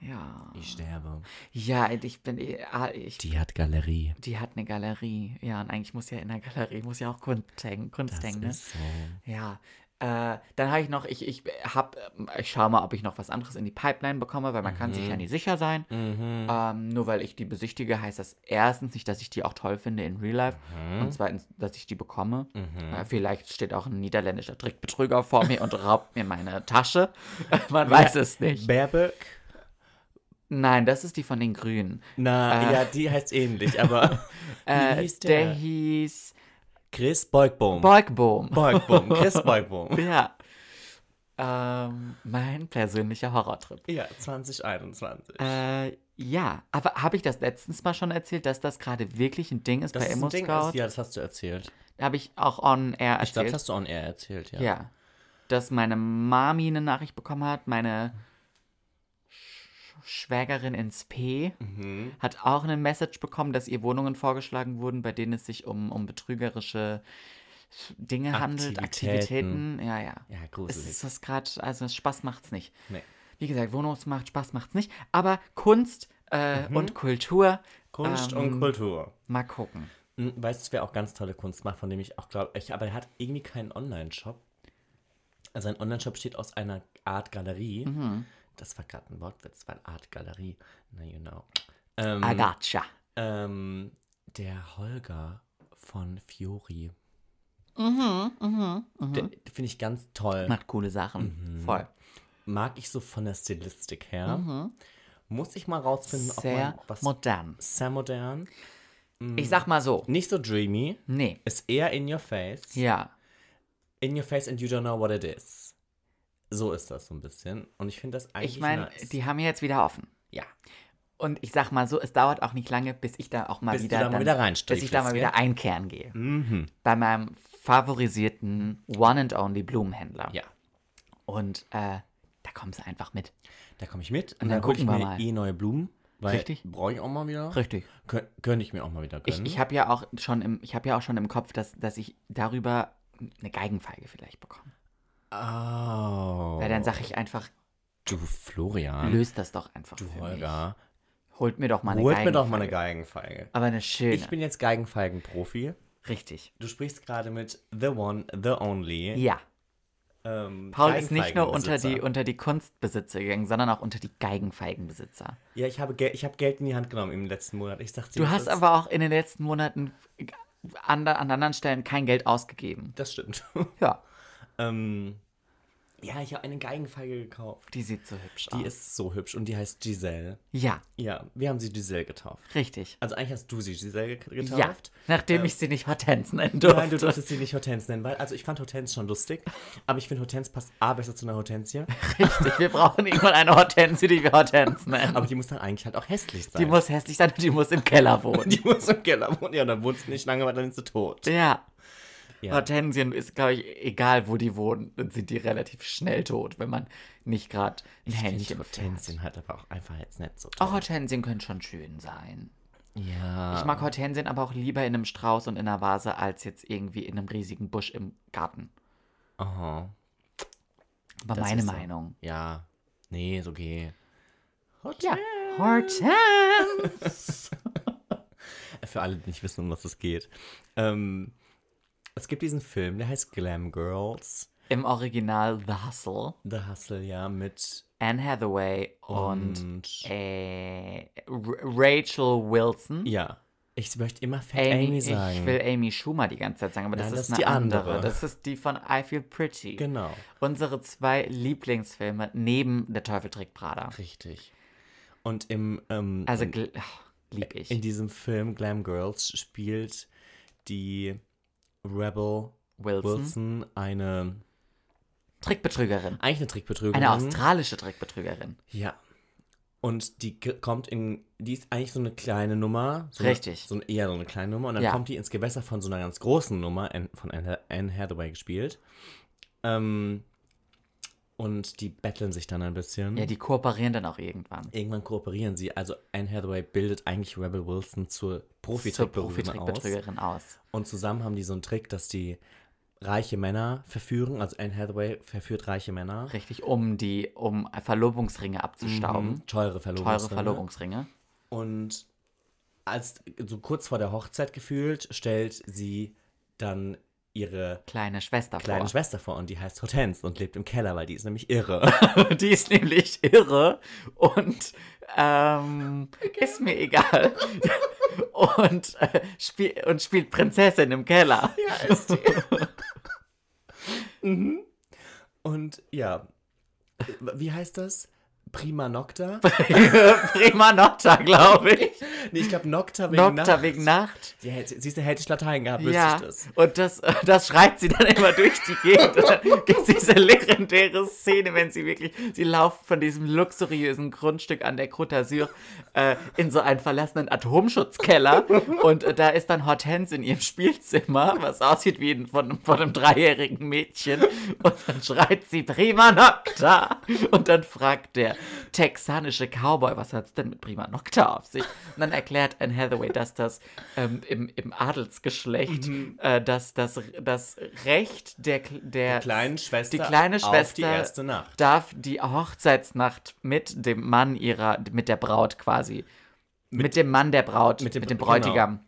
Speaker 1: Ja.
Speaker 2: Ich sterbe.
Speaker 1: Ja, ich bin eh- ah, ich, die.
Speaker 2: Die hat Galerie.
Speaker 1: hat eine Galerie. Ja, und eigentlich muss ja in der Galerie muss ja auch Kunst hängen. Kunst
Speaker 2: Das
Speaker 1: hängen ne?
Speaker 2: ist so.
Speaker 1: Ja. Äh, dann habe ich noch, ich, ich hab, ähm, ich schaue mal, ob ich noch was anderes in die Pipeline bekomme, weil man kann sich ja nie sicher sein. Ähm, nur weil ich die besichtige, heißt das erstens nicht, dass ich die auch toll finde in Real Life und zweitens, dass ich die bekomme. Äh, vielleicht steht auch ein niederländischer Trickbetrüger vor mir und raubt mir meine Tasche. man weiß es nicht.
Speaker 2: Baerbock?
Speaker 1: Nein, das ist die von den Grünen.
Speaker 2: Na, ja, die heißt ähnlich, aber.
Speaker 1: Äh,
Speaker 2: hieß
Speaker 1: der?
Speaker 2: der?
Speaker 1: hieß
Speaker 2: Chris Beugbohm.
Speaker 1: Beugbohm.
Speaker 2: Beugbohm. Chris Beugbohm.
Speaker 1: ja. Ähm, mein persönlicher Horrortrip.
Speaker 2: Ja, 2021.
Speaker 1: Äh, ja, aber habe ich das letztens mal schon erzählt, dass das gerade wirklich ein Ding ist
Speaker 2: das
Speaker 1: bei
Speaker 2: ist ein Ding,
Speaker 1: ImmoScout?
Speaker 2: ist, ja, das hast du erzählt.
Speaker 1: Habe ich auch on air
Speaker 2: Ich
Speaker 1: erzählt.
Speaker 2: glaube, das hast du on air erzählt, ja.
Speaker 1: ja. dass meine Mami eine Nachricht bekommen hat, meine Sch Schwägerin ins P
Speaker 2: Mhm.
Speaker 1: hat auch eine Message bekommen, dass ihr Wohnungen vorgeschlagen wurden, bei denen es sich um, um betrügerische Dinge handelt, Aktivitäten.
Speaker 2: Aktivitäten.
Speaker 1: Ja, ja.
Speaker 2: Ja,
Speaker 1: Es
Speaker 2: gruselig.
Speaker 1: ist das gerade, also Spaß macht's nicht.
Speaker 2: Nee.
Speaker 1: Wie gesagt, Wohnungsmacht, Spaß macht's nicht. Aber Kunst äh, und Kultur,
Speaker 2: Mhm.
Speaker 1: ähm,
Speaker 2: Kunst und Kultur.
Speaker 1: mal gucken.
Speaker 2: Hm, Weißt du, wer auch ganz tolle Kunst macht, von dem ich auch glaube, ich, aber er hat irgendwie keinen Online-Shop. Also ein Online-Shop besteht aus einer Art Galerie. Das war gerade ein Wortwitz, weil Art Galerie. Na, you know. Ähm,
Speaker 1: I gotcha.
Speaker 2: Ähm, der Holger von Fiori. Mhm, mhm, mhm. Finde ich ganz toll.
Speaker 1: Macht coole
Speaker 2: Mhm.
Speaker 1: Sachen. Voll.
Speaker 2: Mag ich so von der Stilistik her. Muss ich mal rausfinden,
Speaker 1: Sehr
Speaker 2: ob man was. Mhm.
Speaker 1: modern.
Speaker 2: sehr modern.
Speaker 1: Ich sag mal so.
Speaker 2: Nicht so dreamy.
Speaker 1: Nee.
Speaker 2: Ist eher in your face.
Speaker 1: Ja.
Speaker 2: In your face and you don't know what it is. So ist das so ein bisschen. Und ich finde das eigentlich.
Speaker 1: Ich meine,
Speaker 2: nice.
Speaker 1: die haben ja jetzt wieder offen.
Speaker 2: Ja.
Speaker 1: Und ich sag mal so, es dauert auch nicht lange, bis ich da auch mal
Speaker 2: Bis du
Speaker 1: wieder,
Speaker 2: da mal wieder reinstiefelst,
Speaker 1: bis ich da mal wieder Mhm.
Speaker 2: gell?
Speaker 1: einkehren gehe.
Speaker 2: Mhm.
Speaker 1: Bei meinem favorisierten One and Only Blumenhändler.
Speaker 2: Ja.
Speaker 1: Und äh, da kommst du einfach mit.
Speaker 2: Da komme ich mit. Und
Speaker 1: dann
Speaker 2: dann, gucke ich
Speaker 1: gucken wir
Speaker 2: mir
Speaker 1: mal.
Speaker 2: eh neue Blumen. Weil
Speaker 1: Richtig.
Speaker 2: Brauche ich auch mal wieder.
Speaker 1: Richtig.
Speaker 2: Kön könnte ich mir auch mal wieder
Speaker 1: Ich,
Speaker 2: gönnen.
Speaker 1: ich habe ja auch schon im, ich habe ja auch schon im Kopf, dass, dass ich darüber eine Geigenfeige vielleicht bekomme.
Speaker 2: Oh.
Speaker 1: Weil dann sage ich einfach,
Speaker 2: Du Florian.
Speaker 1: löst das doch einfach.
Speaker 2: du
Speaker 1: für
Speaker 2: Holger.
Speaker 1: Mich. Holt mir doch mal eine
Speaker 2: Holt
Speaker 1: Geigenfeige.
Speaker 2: mir doch mal eine Geigenfeige.
Speaker 1: Aber eine schöne.
Speaker 2: Ich bin jetzt Geigenfeigen-Profi.
Speaker 1: Richtig.
Speaker 2: Du sprichst gerade mit The One, The Only.
Speaker 1: Ja.
Speaker 2: Ähm,
Speaker 1: Paul ist nicht nur unter
Speaker 2: Geigenfeigenbesitzer.
Speaker 1: die, unter die Kunstbesitzer gegangen, sondern auch unter die Geigenfeigenbesitzer.
Speaker 2: Ja, ich habe, Gel ich habe Geld in die Hand genommen im letzten Monat. Ich sag's dir.
Speaker 1: Du
Speaker 2: das
Speaker 1: hast
Speaker 2: ist-
Speaker 1: aber auch in den letzten Monaten an, an anderen Stellen kein Geld ausgegeben.
Speaker 2: Das stimmt.
Speaker 1: Ja.
Speaker 2: ähm, ja, ich habe eine Geigenfeige gekauft.
Speaker 1: Die sieht so hübsch
Speaker 2: Die
Speaker 1: aus.
Speaker 2: ist so hübsch und die heißt Giselle.
Speaker 1: ja,
Speaker 2: Ja, wir haben sie Giselle getauft.
Speaker 1: richtig.
Speaker 2: Also eigentlich hast du sie Giselle get-
Speaker 1: Ja,
Speaker 2: getauft.
Speaker 1: nachdem ich sie nicht Hortense nennen
Speaker 2: Nein, du
Speaker 1: durfte.
Speaker 2: durftest sie nicht Hortense nennen, weil, also ich fand Hortense schon lustig, aber ich finde Hortense passt A besser zu einer Hortensie,
Speaker 1: richtig, wir brauchen irgendwann eine Hortense, die wir Hortense nennen.
Speaker 2: aber die muss dann eigentlich halt auch hässlich sein.
Speaker 1: Die muss hässlich sein und die muss im Keller wohnen.
Speaker 2: die muss im Keller wohnen, ja, dann wohnt sie nicht lange, weil dann ist sie tot.
Speaker 1: Ja.
Speaker 2: Ja.
Speaker 1: Hortensien ist, glaube ich, egal wo die wohnen, dann sind die relativ schnell tot, wenn man nicht gerade ein Händchen Hortensien.
Speaker 2: Hortensien halt aber auch einfach jetzt nicht so toll.
Speaker 1: Auch Hortensien können schon schön sein.
Speaker 2: ja.
Speaker 1: Ich mag Hortensien aber auch lieber in einem Strauß und in einer Vase als jetzt irgendwie in einem riesigen Busch im Garten.
Speaker 2: Aha.
Speaker 1: Aber
Speaker 2: Das
Speaker 1: meine
Speaker 2: ist so.
Speaker 1: Meinung.
Speaker 2: Ja. Nee, ist okay.
Speaker 1: Ja, Hortense.
Speaker 2: Für alle, die nicht wissen, um was es geht. Ähm, es gibt diesen Film, der heißt Glam Girls.
Speaker 1: Im Original The Hustle.
Speaker 2: The Hustle, ja, mit
Speaker 1: Anne Hathaway und
Speaker 2: und
Speaker 1: äh, R- Rachel Wilson.
Speaker 2: ja. Ich möchte immer Fat Amy,
Speaker 1: Amy,
Speaker 2: sagen.
Speaker 1: Ich will Amy Schumer die ganze Zeit sagen, aber das,
Speaker 2: Nein,
Speaker 1: ist, eine die andere. Das ist die von I Feel Pretty.
Speaker 2: genau.
Speaker 1: Unsere zwei Lieblingsfilme neben Der Teufel trägt Prada.
Speaker 2: Richtig. Und im ähm,
Speaker 1: Also gl- ach, lieb ich.
Speaker 2: in diesem Film Glam Girls spielt die Rebel
Speaker 1: Wilson.
Speaker 2: Wilson eine
Speaker 1: Trickbetrügerin.
Speaker 2: eigentlich eine Trickbetrügerin.
Speaker 1: Eine australische Trickbetrügerin.
Speaker 2: Ja. Und die ge- kommt in, die ist eigentlich so eine kleine Nummer. So
Speaker 1: Richtig.
Speaker 2: Eine, so eine, eher so eine kleine Nummer. Und dann
Speaker 1: Ja.
Speaker 2: kommt die ins Gewässer von so einer ganz großen Nummer, Anne- von Anne, Anne Hathaway gespielt. Ähm, und die betteln sich dann ein bisschen.
Speaker 1: Ja, die kooperieren dann auch irgendwann.
Speaker 2: Irgendwann kooperieren sie. Also Anne Hathaway bildet eigentlich Rebel Wilson zur
Speaker 1: Zur
Speaker 2: Profi-Trickbetrügerin halt aus.
Speaker 1: Profi-Trickbetrügerin aus.
Speaker 2: Und zusammen haben die so einen Trick, dass die reiche Männer verführen. Also Anne Hathaway verführt reiche Männer.
Speaker 1: Richtig, um die, um Verlobungsringe abzustauben.
Speaker 2: Mhm. Teure
Speaker 1: Teure
Speaker 2: Verlobungsringe.
Speaker 1: Verlobungsringe.
Speaker 2: Und als so kurz vor der Hochzeit gefühlt, stellt sie dann ihre
Speaker 1: Kleine Schwester
Speaker 2: kleine
Speaker 1: vor.
Speaker 2: Schwester vor und die heißt Hortense und lebt im Keller, weil die ist nämlich irre.
Speaker 1: Die ist nämlich irre und ähm, ist mir egal. Und, äh, spiel und spielt Prinzessin im Keller. Ja, ist die.
Speaker 2: Und ja, wie heißt das? Prima Nocta.
Speaker 1: Prima Nocta, glaube ich.
Speaker 2: Nee, ich glaube Nocta wegen
Speaker 1: Nocta
Speaker 2: Nacht.
Speaker 1: wegen Nacht.
Speaker 2: Ja, hätte- siehst du, hätte ich Latein gehabt, wüsste
Speaker 1: Ja,
Speaker 2: ich das.
Speaker 1: und das, äh, das schreit sie dann immer durch die Gegend. Und dann gibt's diese legendäre Szene, wenn sie wirklich, sie laufen von diesem luxuriösen Grundstück an der Côte d'Azur äh, in so einen verlassenen Atomschutzkeller. Und äh, da ist dann Hortense in ihrem Spielzimmer, was aussieht wie ein, von, von einem dreijährigen Mädchen. Und dann schreit sie Prima Nocta. Und dann fragt der texanische Cowboy, was hat's denn mit Prima Nocta auf sich? Und dann erklärt Anne Hathaway, dass das ähm, im, im Adelsgeschlecht, äh, dass das, das Recht der, Kl- der
Speaker 2: Kleine Schwester.
Speaker 1: die kleine
Speaker 2: Auf die
Speaker 1: Schwester
Speaker 2: erste Nacht.
Speaker 1: darf die Hochzeitsnacht mit dem Mann ihrer, mit der Braut quasi, mit, dem Mann der Braut, mit
Speaker 2: mit
Speaker 1: dem,
Speaker 2: dem- genau. Mhm.
Speaker 1: Bräutigam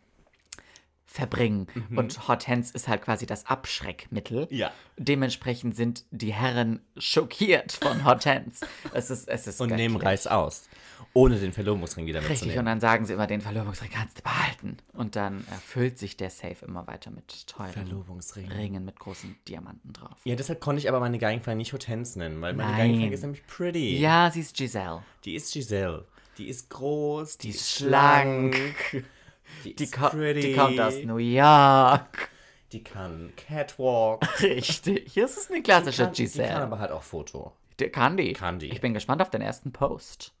Speaker 1: verbringen. Und Hortense ist halt quasi das Abschreckmittel.
Speaker 2: Ja.
Speaker 1: Dementsprechend sind die Herren schockiert von Hortense. es ist, es ist
Speaker 2: Und
Speaker 1: göttlich.
Speaker 2: nehmen Reis aus. Ohne den Verlobungsring wieder
Speaker 1: Richtig, und
Speaker 2: mitzunehmen.
Speaker 1: dann sagen sie immer, den Verlobungsring kannst du behalten. Und dann erfüllt sich der Safe immer weiter mit teuren
Speaker 2: Verlobungsring.
Speaker 1: Ringen mit großen Diamanten drauf.
Speaker 2: Ja, deshalb konnte ich aber meine Geigenfeier nicht Hortense nennen, weil meine
Speaker 1: Nein.
Speaker 2: Geigenfeier ist nämlich pretty.
Speaker 1: Ja, sie ist Giselle.
Speaker 2: Die ist Giselle. Die ist groß, die,
Speaker 1: ist
Speaker 2: ist
Speaker 1: schlank.
Speaker 2: schlank. Die,
Speaker 1: Die, ne?
Speaker 2: ist
Speaker 1: ko
Speaker 2: pretty.
Speaker 1: die kommt aus New York.
Speaker 2: Die kann Catwalk.
Speaker 1: Richtig. Hier ist es eine klassische
Speaker 2: kann, die kann
Speaker 1: Giselle.
Speaker 2: aber halt auch Foto.
Speaker 1: Die kann die.
Speaker 2: Kann die.
Speaker 1: Ich bin gespannt auf den ersten Post.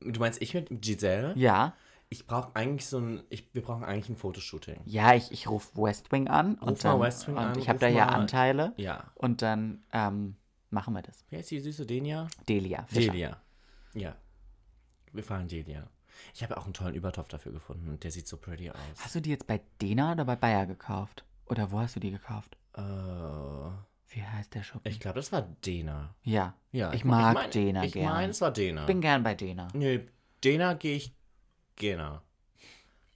Speaker 2: Du meinst ich mit Giselle?
Speaker 1: Ja.
Speaker 2: Ich brauche eigentlich so ein. Ich, wir brauchen eigentlich ein Fotoshooting.
Speaker 1: Ja, ich, ich rufe West Wing an. und
Speaker 2: mal
Speaker 1: dann,
Speaker 2: West Wing
Speaker 1: und
Speaker 2: an,
Speaker 1: Ich habe
Speaker 2: ruf
Speaker 1: da ja
Speaker 2: mal-
Speaker 1: Anteile.
Speaker 2: Ja.
Speaker 1: Und dann ähm, machen wir das.
Speaker 2: Wer ist die süße Denia?
Speaker 1: Delia. Fischer.
Speaker 2: Delia. Ja. Wir fahren Delia. Ich habe auch einen tollen Übertopf dafür gefunden und der sieht so pretty aus.
Speaker 1: Hast du die jetzt bei Dena oder bei Bayer gekauft? Oder wo hast du die gekauft?
Speaker 2: Äh,
Speaker 1: Wie heißt der Schuppen?
Speaker 2: ich glaube, das war Dena.
Speaker 1: ja.
Speaker 2: Ja,
Speaker 1: Ich mag
Speaker 2: mein-
Speaker 1: Dena
Speaker 2: Ich
Speaker 1: gern.
Speaker 2: meine, es war Dena.
Speaker 1: Ich bin gern bei Dena.
Speaker 2: Nee, Dena gehe ich gerne.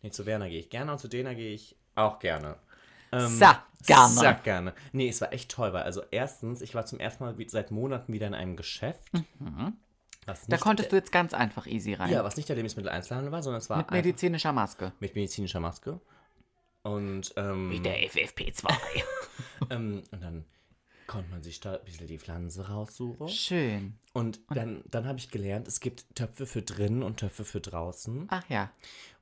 Speaker 2: Nee, zu Werner gehe ich gerne und zu Dena gehe ich auch gerne. Ähm,
Speaker 1: Sa, gerne.
Speaker 2: Sag gerne. Nee, es war echt toll, weil also erstens, ich war zum ersten Mal wie- seit Monaten wieder in einem Geschäft. Was
Speaker 1: Mhm. Da
Speaker 2: nicht
Speaker 1: konntest du jetzt ganz einfach easy rein.
Speaker 2: Ja, was nicht der Lebensmitteleinzelhandel war, sondern es war
Speaker 1: Mit
Speaker 2: einfach-
Speaker 1: medizinischer Maske.
Speaker 2: mit medizinischer Maske. Und, ähm,
Speaker 1: Wie der FFP2.
Speaker 2: ähm, und dann konnte man sich da ein bisschen die Pflanze raussuchen.
Speaker 1: Schön.
Speaker 2: Und dann, dann habe ich gelernt, es gibt Töpfe für drinnen und Töpfe für draußen.
Speaker 1: Ach ja.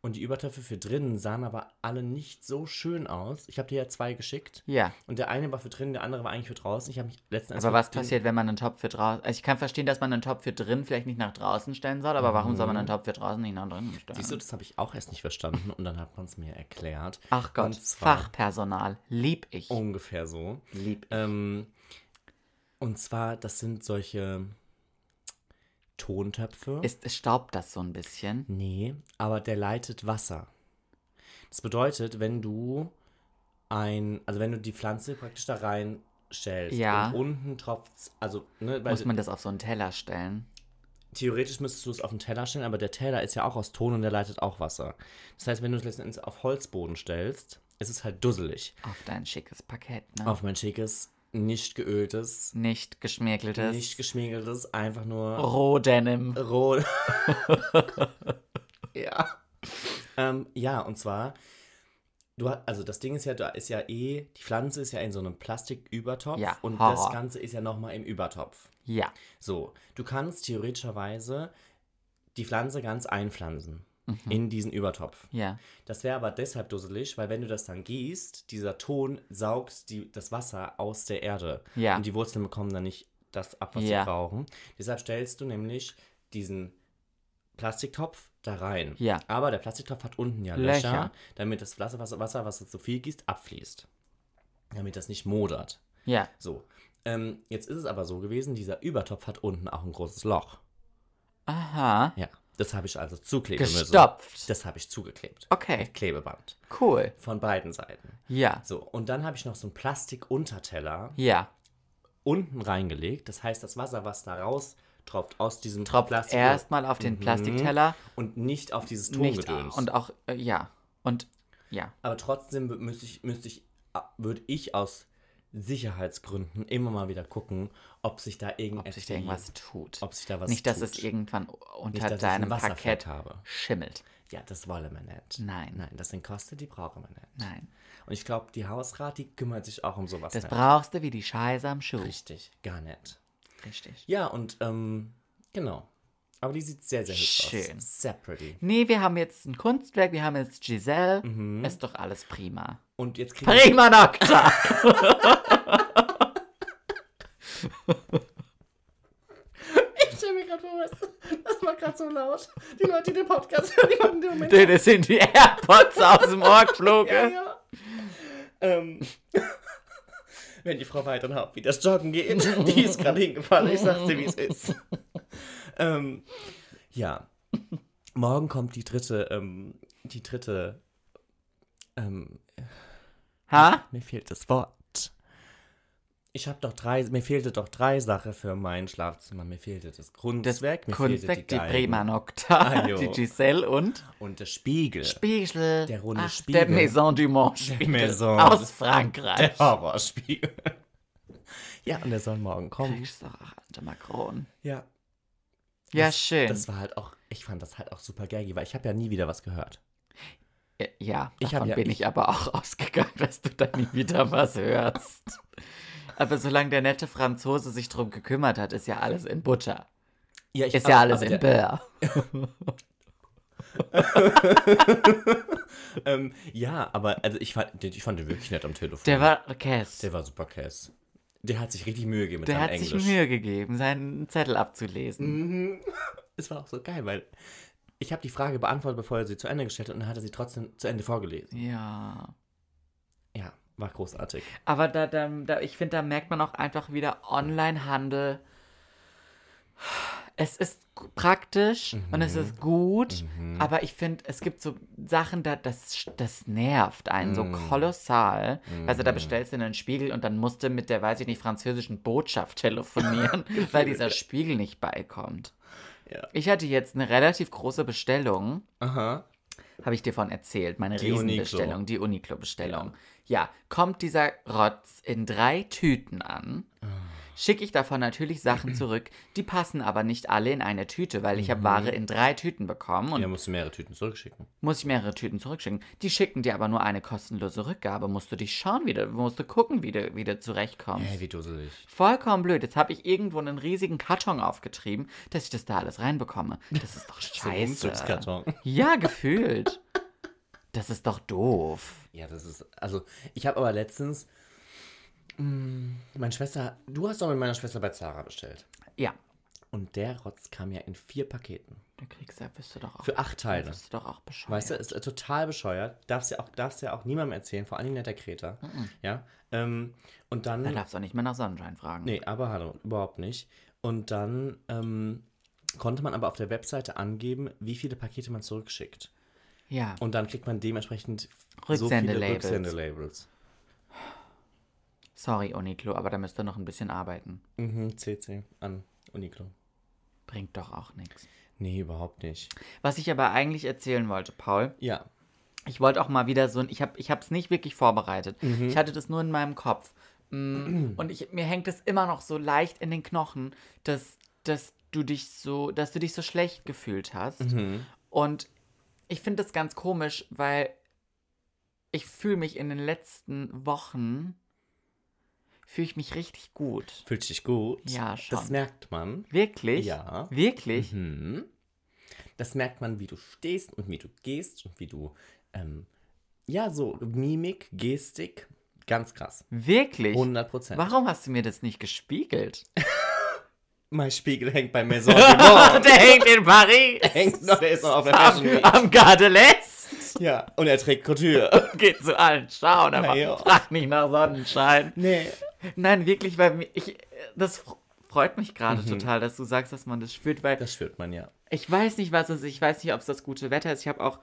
Speaker 2: Und die Übertöpfe für drinnen sahen aber alle nicht so schön aus. Ich habe dir ja zwei geschickt.
Speaker 1: Ja.
Speaker 2: Und der eine war für drinnen, der andere war eigentlich für draußen. Also Ich habe mich letzten Endes
Speaker 1: Aber
Speaker 2: mit
Speaker 1: was
Speaker 2: den-
Speaker 1: passiert, wenn man einen Topf für draußen. Also ich kann verstehen, dass man einen Topf für drin vielleicht nicht nach draußen stellen soll, aber warum soll man einen Topf für draußen nicht nach drinnen stellen?
Speaker 2: Mhm. Siehst du, das habe ich auch erst nicht verstanden. Und dann hat man es mir erklärt.
Speaker 1: Ach Gott,
Speaker 2: Und zwar Oh,
Speaker 1: Fachpersonal. Lieb ich.
Speaker 2: Ungefähr so.
Speaker 1: Lieb ich.
Speaker 2: Ähm, und zwar, das sind solche Tontöpfe.
Speaker 1: Ist, es staubt das so ein bisschen.
Speaker 2: Nee, aber der leitet Wasser. Das bedeutet, wenn du ein, also wenn du die Pflanze praktisch da reinstellst
Speaker 1: Ja.
Speaker 2: und unten tropft's, also ne, weil
Speaker 1: Muss man das auf so einen Teller stellen?
Speaker 2: theoretisch müsstest du es auf den Teller stellen, aber der Teller ist ja auch aus Ton und der leitet auch Wasser. Das heißt, wenn du es letzten Endes auf Holzboden stellst, ist es halt dusselig.
Speaker 1: Auf dein schickes Parkett, ne?
Speaker 2: Auf mein schickes, nicht geöltes,
Speaker 1: Nicht geschmirgeltes.
Speaker 2: nicht geschmiegeltes, einfach nur
Speaker 1: Rohdenim.
Speaker 2: Rot. Äh, ja. Ähm, ja, und zwar, du ha- also das Ding ist ja, da ist ja eh, die Pflanze ist ja in so einem Plastikübertopf
Speaker 1: Ja,
Speaker 2: und
Speaker 1: Horror.
Speaker 2: das Ganze ist ja nochmal im Übertopf.
Speaker 1: Ja.
Speaker 2: So, du kannst theoretischerweise die Pflanze ganz einpflanzen
Speaker 1: Mhm.
Speaker 2: in diesen Übertopf.
Speaker 1: Ja.
Speaker 2: Das wäre aber deshalb dusselig, weil wenn du das dann gießt, dieser Ton saugt die, das Wasser aus der Erde.
Speaker 1: Ja.
Speaker 2: Und die Wurzeln bekommen dann nicht das ab, was
Speaker 1: Ja.
Speaker 2: sie brauchen. Deshalb stellst du nämlich diesen Plastiktopf da rein.
Speaker 1: Ja.
Speaker 2: Aber der Plastiktopf hat unten ja
Speaker 1: Löcher.
Speaker 2: Löcher, damit das Wasser, Wasser, Wasser, was du zu viel gießt, abfließt. Damit das nicht modert.
Speaker 1: Ja.
Speaker 2: So. Ähm, jetzt ist es aber so gewesen, dieser Übertopf hat unten auch ein großes Loch.
Speaker 1: Aha.
Speaker 2: Ja. Das habe ich also zukleben müssen.
Speaker 1: Gestopft.
Speaker 2: Das habe ich zugeklebt.
Speaker 1: Okay.
Speaker 2: Mit Klebeband.
Speaker 1: Cool.
Speaker 2: Von beiden Seiten.
Speaker 1: Ja.
Speaker 2: So, und dann habe ich noch so einen Plastikunterteller
Speaker 1: Ja.
Speaker 2: unten reingelegt. Das heißt, das Wasser, was da raus tropft aus diesem
Speaker 1: Tropft
Speaker 2: Plastik
Speaker 1: erstmal auf den
Speaker 2: Mhm.
Speaker 1: Plastikteller.
Speaker 2: und nicht auf dieses
Speaker 1: Nicht,
Speaker 2: Tongedöns.
Speaker 1: und auch, äh, ja. Und, ja.
Speaker 2: Aber trotzdem wü- müsste ich, müsste ich, würde ich aus Sicherheitsgründen immer mal wieder gucken, ob sich da irgend
Speaker 1: Ob sich da irgendwas tut.
Speaker 2: ob sich da was
Speaker 1: Nicht, dass
Speaker 2: tut.
Speaker 1: es irgendwann
Speaker 2: Nicht,
Speaker 1: unter
Speaker 2: dass ich
Speaker 1: deinem
Speaker 2: einen Wasserfleck
Speaker 1: Parkett
Speaker 2: habe.
Speaker 1: schimmelt.
Speaker 2: Ja, das wollen wir nicht.
Speaker 1: Nein.
Speaker 2: Nein, das sind Kosten, die brauchen wir nicht.
Speaker 1: Nein.
Speaker 2: Und ich glaube, die Hausrat, die kümmert sich auch um sowas.
Speaker 1: Das
Speaker 2: nicht.
Speaker 1: brauchst du wie die Scheiße am Schuh.
Speaker 2: Richtig, gar nicht.
Speaker 1: Richtig.
Speaker 2: Ja, und ähm, Genau. Aber die sieht sehr, sehr hübsch
Speaker 1: Schön.
Speaker 2: aus. Sehr pretty.
Speaker 1: Nee, wir haben jetzt ein Kunstwerk, wir haben jetzt Giselle.
Speaker 2: Mhm.
Speaker 1: Ist doch alles prima.
Speaker 2: Und jetzt kriegen wir.
Speaker 1: Prima Nocta!
Speaker 2: Ich stelle mir gerade vor, weißt du, das war gerade so laut. Die Leute, die den Podcast hören, die machen den Moment.
Speaker 1: Denen sind die AirPods aus dem Ohr geflogen.
Speaker 2: ja. Ähm, wenn die Frau Weidenhaupt wieder joggen geht, die ist gerade hingefallen, ich sag's dir, wie es ist. ähm, ja. Morgen kommt die dritte, ähm, die dritte, ähm,
Speaker 1: Ha?
Speaker 2: mir fehlt das Wort. Ich habe doch drei, mir fehlte doch drei Sachen für mein Schlafzimmer. Mir fehlte das Grundwerk, mir
Speaker 1: Kunstwerk, die,
Speaker 2: fehlte die, Geigen
Speaker 1: Prima Nocta,
Speaker 2: Ah, jo.
Speaker 1: die Giselle und
Speaker 2: und der Spiegel.
Speaker 1: Spiegel.
Speaker 2: Der runde
Speaker 1: Ach,
Speaker 2: Spiegel.
Speaker 1: Der Maison du Monde Spiegel
Speaker 2: Maison.
Speaker 1: aus Frankreich.
Speaker 2: der Horrorspiegel. ja, und der soll morgen kommen.
Speaker 1: Kriegst du auch unter Macron.
Speaker 2: Ja,
Speaker 1: Ja,
Speaker 2: Das-
Speaker 1: schön.
Speaker 2: Das war halt auch, ich fand das halt auch super gaggy, weil ich habe ja nie wieder was gehört.
Speaker 1: Ja, Äh, ja,
Speaker 2: Ich hab
Speaker 1: davon
Speaker 2: ja-
Speaker 1: bin
Speaker 2: ich-
Speaker 1: ich aber auch ausgegangen, dass du da nie wieder was hörst. Aber solange der nette Franzose sich drum gekümmert hat, ist ja alles in Butter.
Speaker 2: Ja, ich,
Speaker 1: Ist ja alles in
Speaker 2: aber, der,
Speaker 1: Bär.
Speaker 2: ähm, Ja, aber also ich fand, den- ich fand den wirklich nett am Telefon.
Speaker 1: Der war Cass.
Speaker 2: der war super Cass. Der hat sich richtig Mühe gegeben mit
Speaker 1: Der
Speaker 2: seinem
Speaker 1: hat
Speaker 2: Englisch. Mhm.
Speaker 1: sich Mühe gegeben, seinen Zettel abzulesen.
Speaker 2: Es war auch so geil, weil ich habe die Frage beantwortet, bevor er sie zu Ende gestellt hat, und dann hat er sie trotzdem zu Ende vorgelesen.
Speaker 1: Ja.
Speaker 2: Ja, war großartig.
Speaker 1: Aber da, da, da, ich finde, da merkt man auch einfach wieder Online-Handel. Es ist gu- praktisch und es ist gut, aber ich finde, es gibt so Sachen, da, das, sch- das nervt einen so kolossal. Also da bestellst du einen Spiegel und dann musst du mit der, weiß ich nicht, französischen Botschaft telefonieren, weil dieser Spiegel nicht beikommt.
Speaker 2: Ja.
Speaker 1: Ich hatte jetzt eine relativ große Bestellung.
Speaker 2: Aha.
Speaker 1: Habe ich dir von erzählt, meine
Speaker 2: Die
Speaker 1: Riesenbestellung, die Uniqlo-Bestellung. Ja. kommt dieser Rotz in drei Tüten an, schicke ich davon natürlich Sachen zurück, die passen aber nicht alle in eine Tüte, weil ich habe Ware in drei Tüten bekommen und
Speaker 2: Mhm. Ja, musst du mehrere Tüten zurückschicken.
Speaker 1: muss ich mehrere Tüten zurückschicken. Die schicken dir aber nur eine kostenlose Rückgabe, musst du dich schauen, wie du, musst du gucken, wie du, wie du zurechtkommst.
Speaker 2: Hey, wie dusselig.
Speaker 1: Vollkommen blöd. Jetzt habe ich irgendwo einen riesigen Karton aufgetrieben, dass ich das da alles reinbekomme. Das ist doch
Speaker 2: So ein
Speaker 1: scheiße.
Speaker 2: Umzugskarton.
Speaker 1: Ja, gefühlt. Das ist doch doof.
Speaker 2: Ja, das ist. Also, ich habe aber letztens. mm, Meine Schwester. Du hast doch mit meiner Schwester bei Zara bestellt.
Speaker 1: Ja.
Speaker 2: Und der Rotz kam ja in vier Paketen.
Speaker 1: Der Kriegsherr bist du doch auch.
Speaker 2: Für acht Teile.
Speaker 1: Bist du doch auch bescheuert.
Speaker 2: Weißt du, ist äh, total bescheuert. Darfst ja auch, darfst ja auch niemandem erzählen, vor allem nicht der Kreta. Ja. Ähm, und dann.
Speaker 1: Dann darfst du auch nicht mehr nach Sonnenschein fragen.
Speaker 2: Nee, aber hallo, überhaupt nicht. Und dann ähm, konnte man aber auf der Webseite angeben, wie viele Pakete man zurückschickt.
Speaker 1: Ja.
Speaker 2: Und dann kriegt man dementsprechend
Speaker 1: Rücksendelabels.
Speaker 2: so viele Rücksendelabels.
Speaker 1: Sorry, Uniqlo, aber da müsst ihr noch ein bisschen arbeiten.
Speaker 2: Mhm, CC an Uniqlo.
Speaker 1: Bringt doch auch nichts.
Speaker 2: Nee, überhaupt nicht.
Speaker 1: Was ich aber eigentlich erzählen wollte, Paul,
Speaker 2: Ja.
Speaker 1: ich wollte auch mal wieder so ein. Ich habe ich es nicht wirklich vorbereitet.
Speaker 2: Mhm.
Speaker 1: Ich hatte das nur in meinem Kopf. Mm, Und ich, mir hängt es immer noch so leicht in den Knochen, dass, dass du dich so, dass du dich so schlecht gefühlt hast.
Speaker 2: mhm,
Speaker 1: Und ich finde das ganz komisch, weil ich fühle mich in den letzten Wochen, fühle ich mich richtig gut.
Speaker 2: Fühlt sich gut.
Speaker 1: Ja, schon.
Speaker 2: Das merkt man.
Speaker 1: Wirklich?
Speaker 2: Ja.
Speaker 1: Wirklich?
Speaker 2: Mhm. Das merkt man, wie du stehst und wie du gehst und wie du, ähm, ja, so Mimik, Gestik, ganz krass.
Speaker 1: Wirklich?
Speaker 2: 100 Prozent.
Speaker 1: Warum hast du mir das nicht gespiegelt?
Speaker 2: Mein Spiegel hängt bei Maison Dumont.
Speaker 1: Der hängt in Paris!
Speaker 2: hängt noch, genau. der ist noch auf der Fashion
Speaker 1: am,
Speaker 2: Week.
Speaker 1: am Gardeles.
Speaker 2: Ja, und er trägt Couture.
Speaker 1: Geht zu allen schauen, aber
Speaker 2: Na ja.
Speaker 1: frag nicht nach Sonnenschein.
Speaker 2: Nee.
Speaker 1: Nein, wirklich, weil mi- ich das fr- freut mich gerade total, dass du sagst, dass man das spürt, weil
Speaker 2: Mhm. Das spürt man ja.
Speaker 1: ich weiß nicht, was es ist. Ich weiß nicht, ob es das gute Wetter ist. Ich habe auch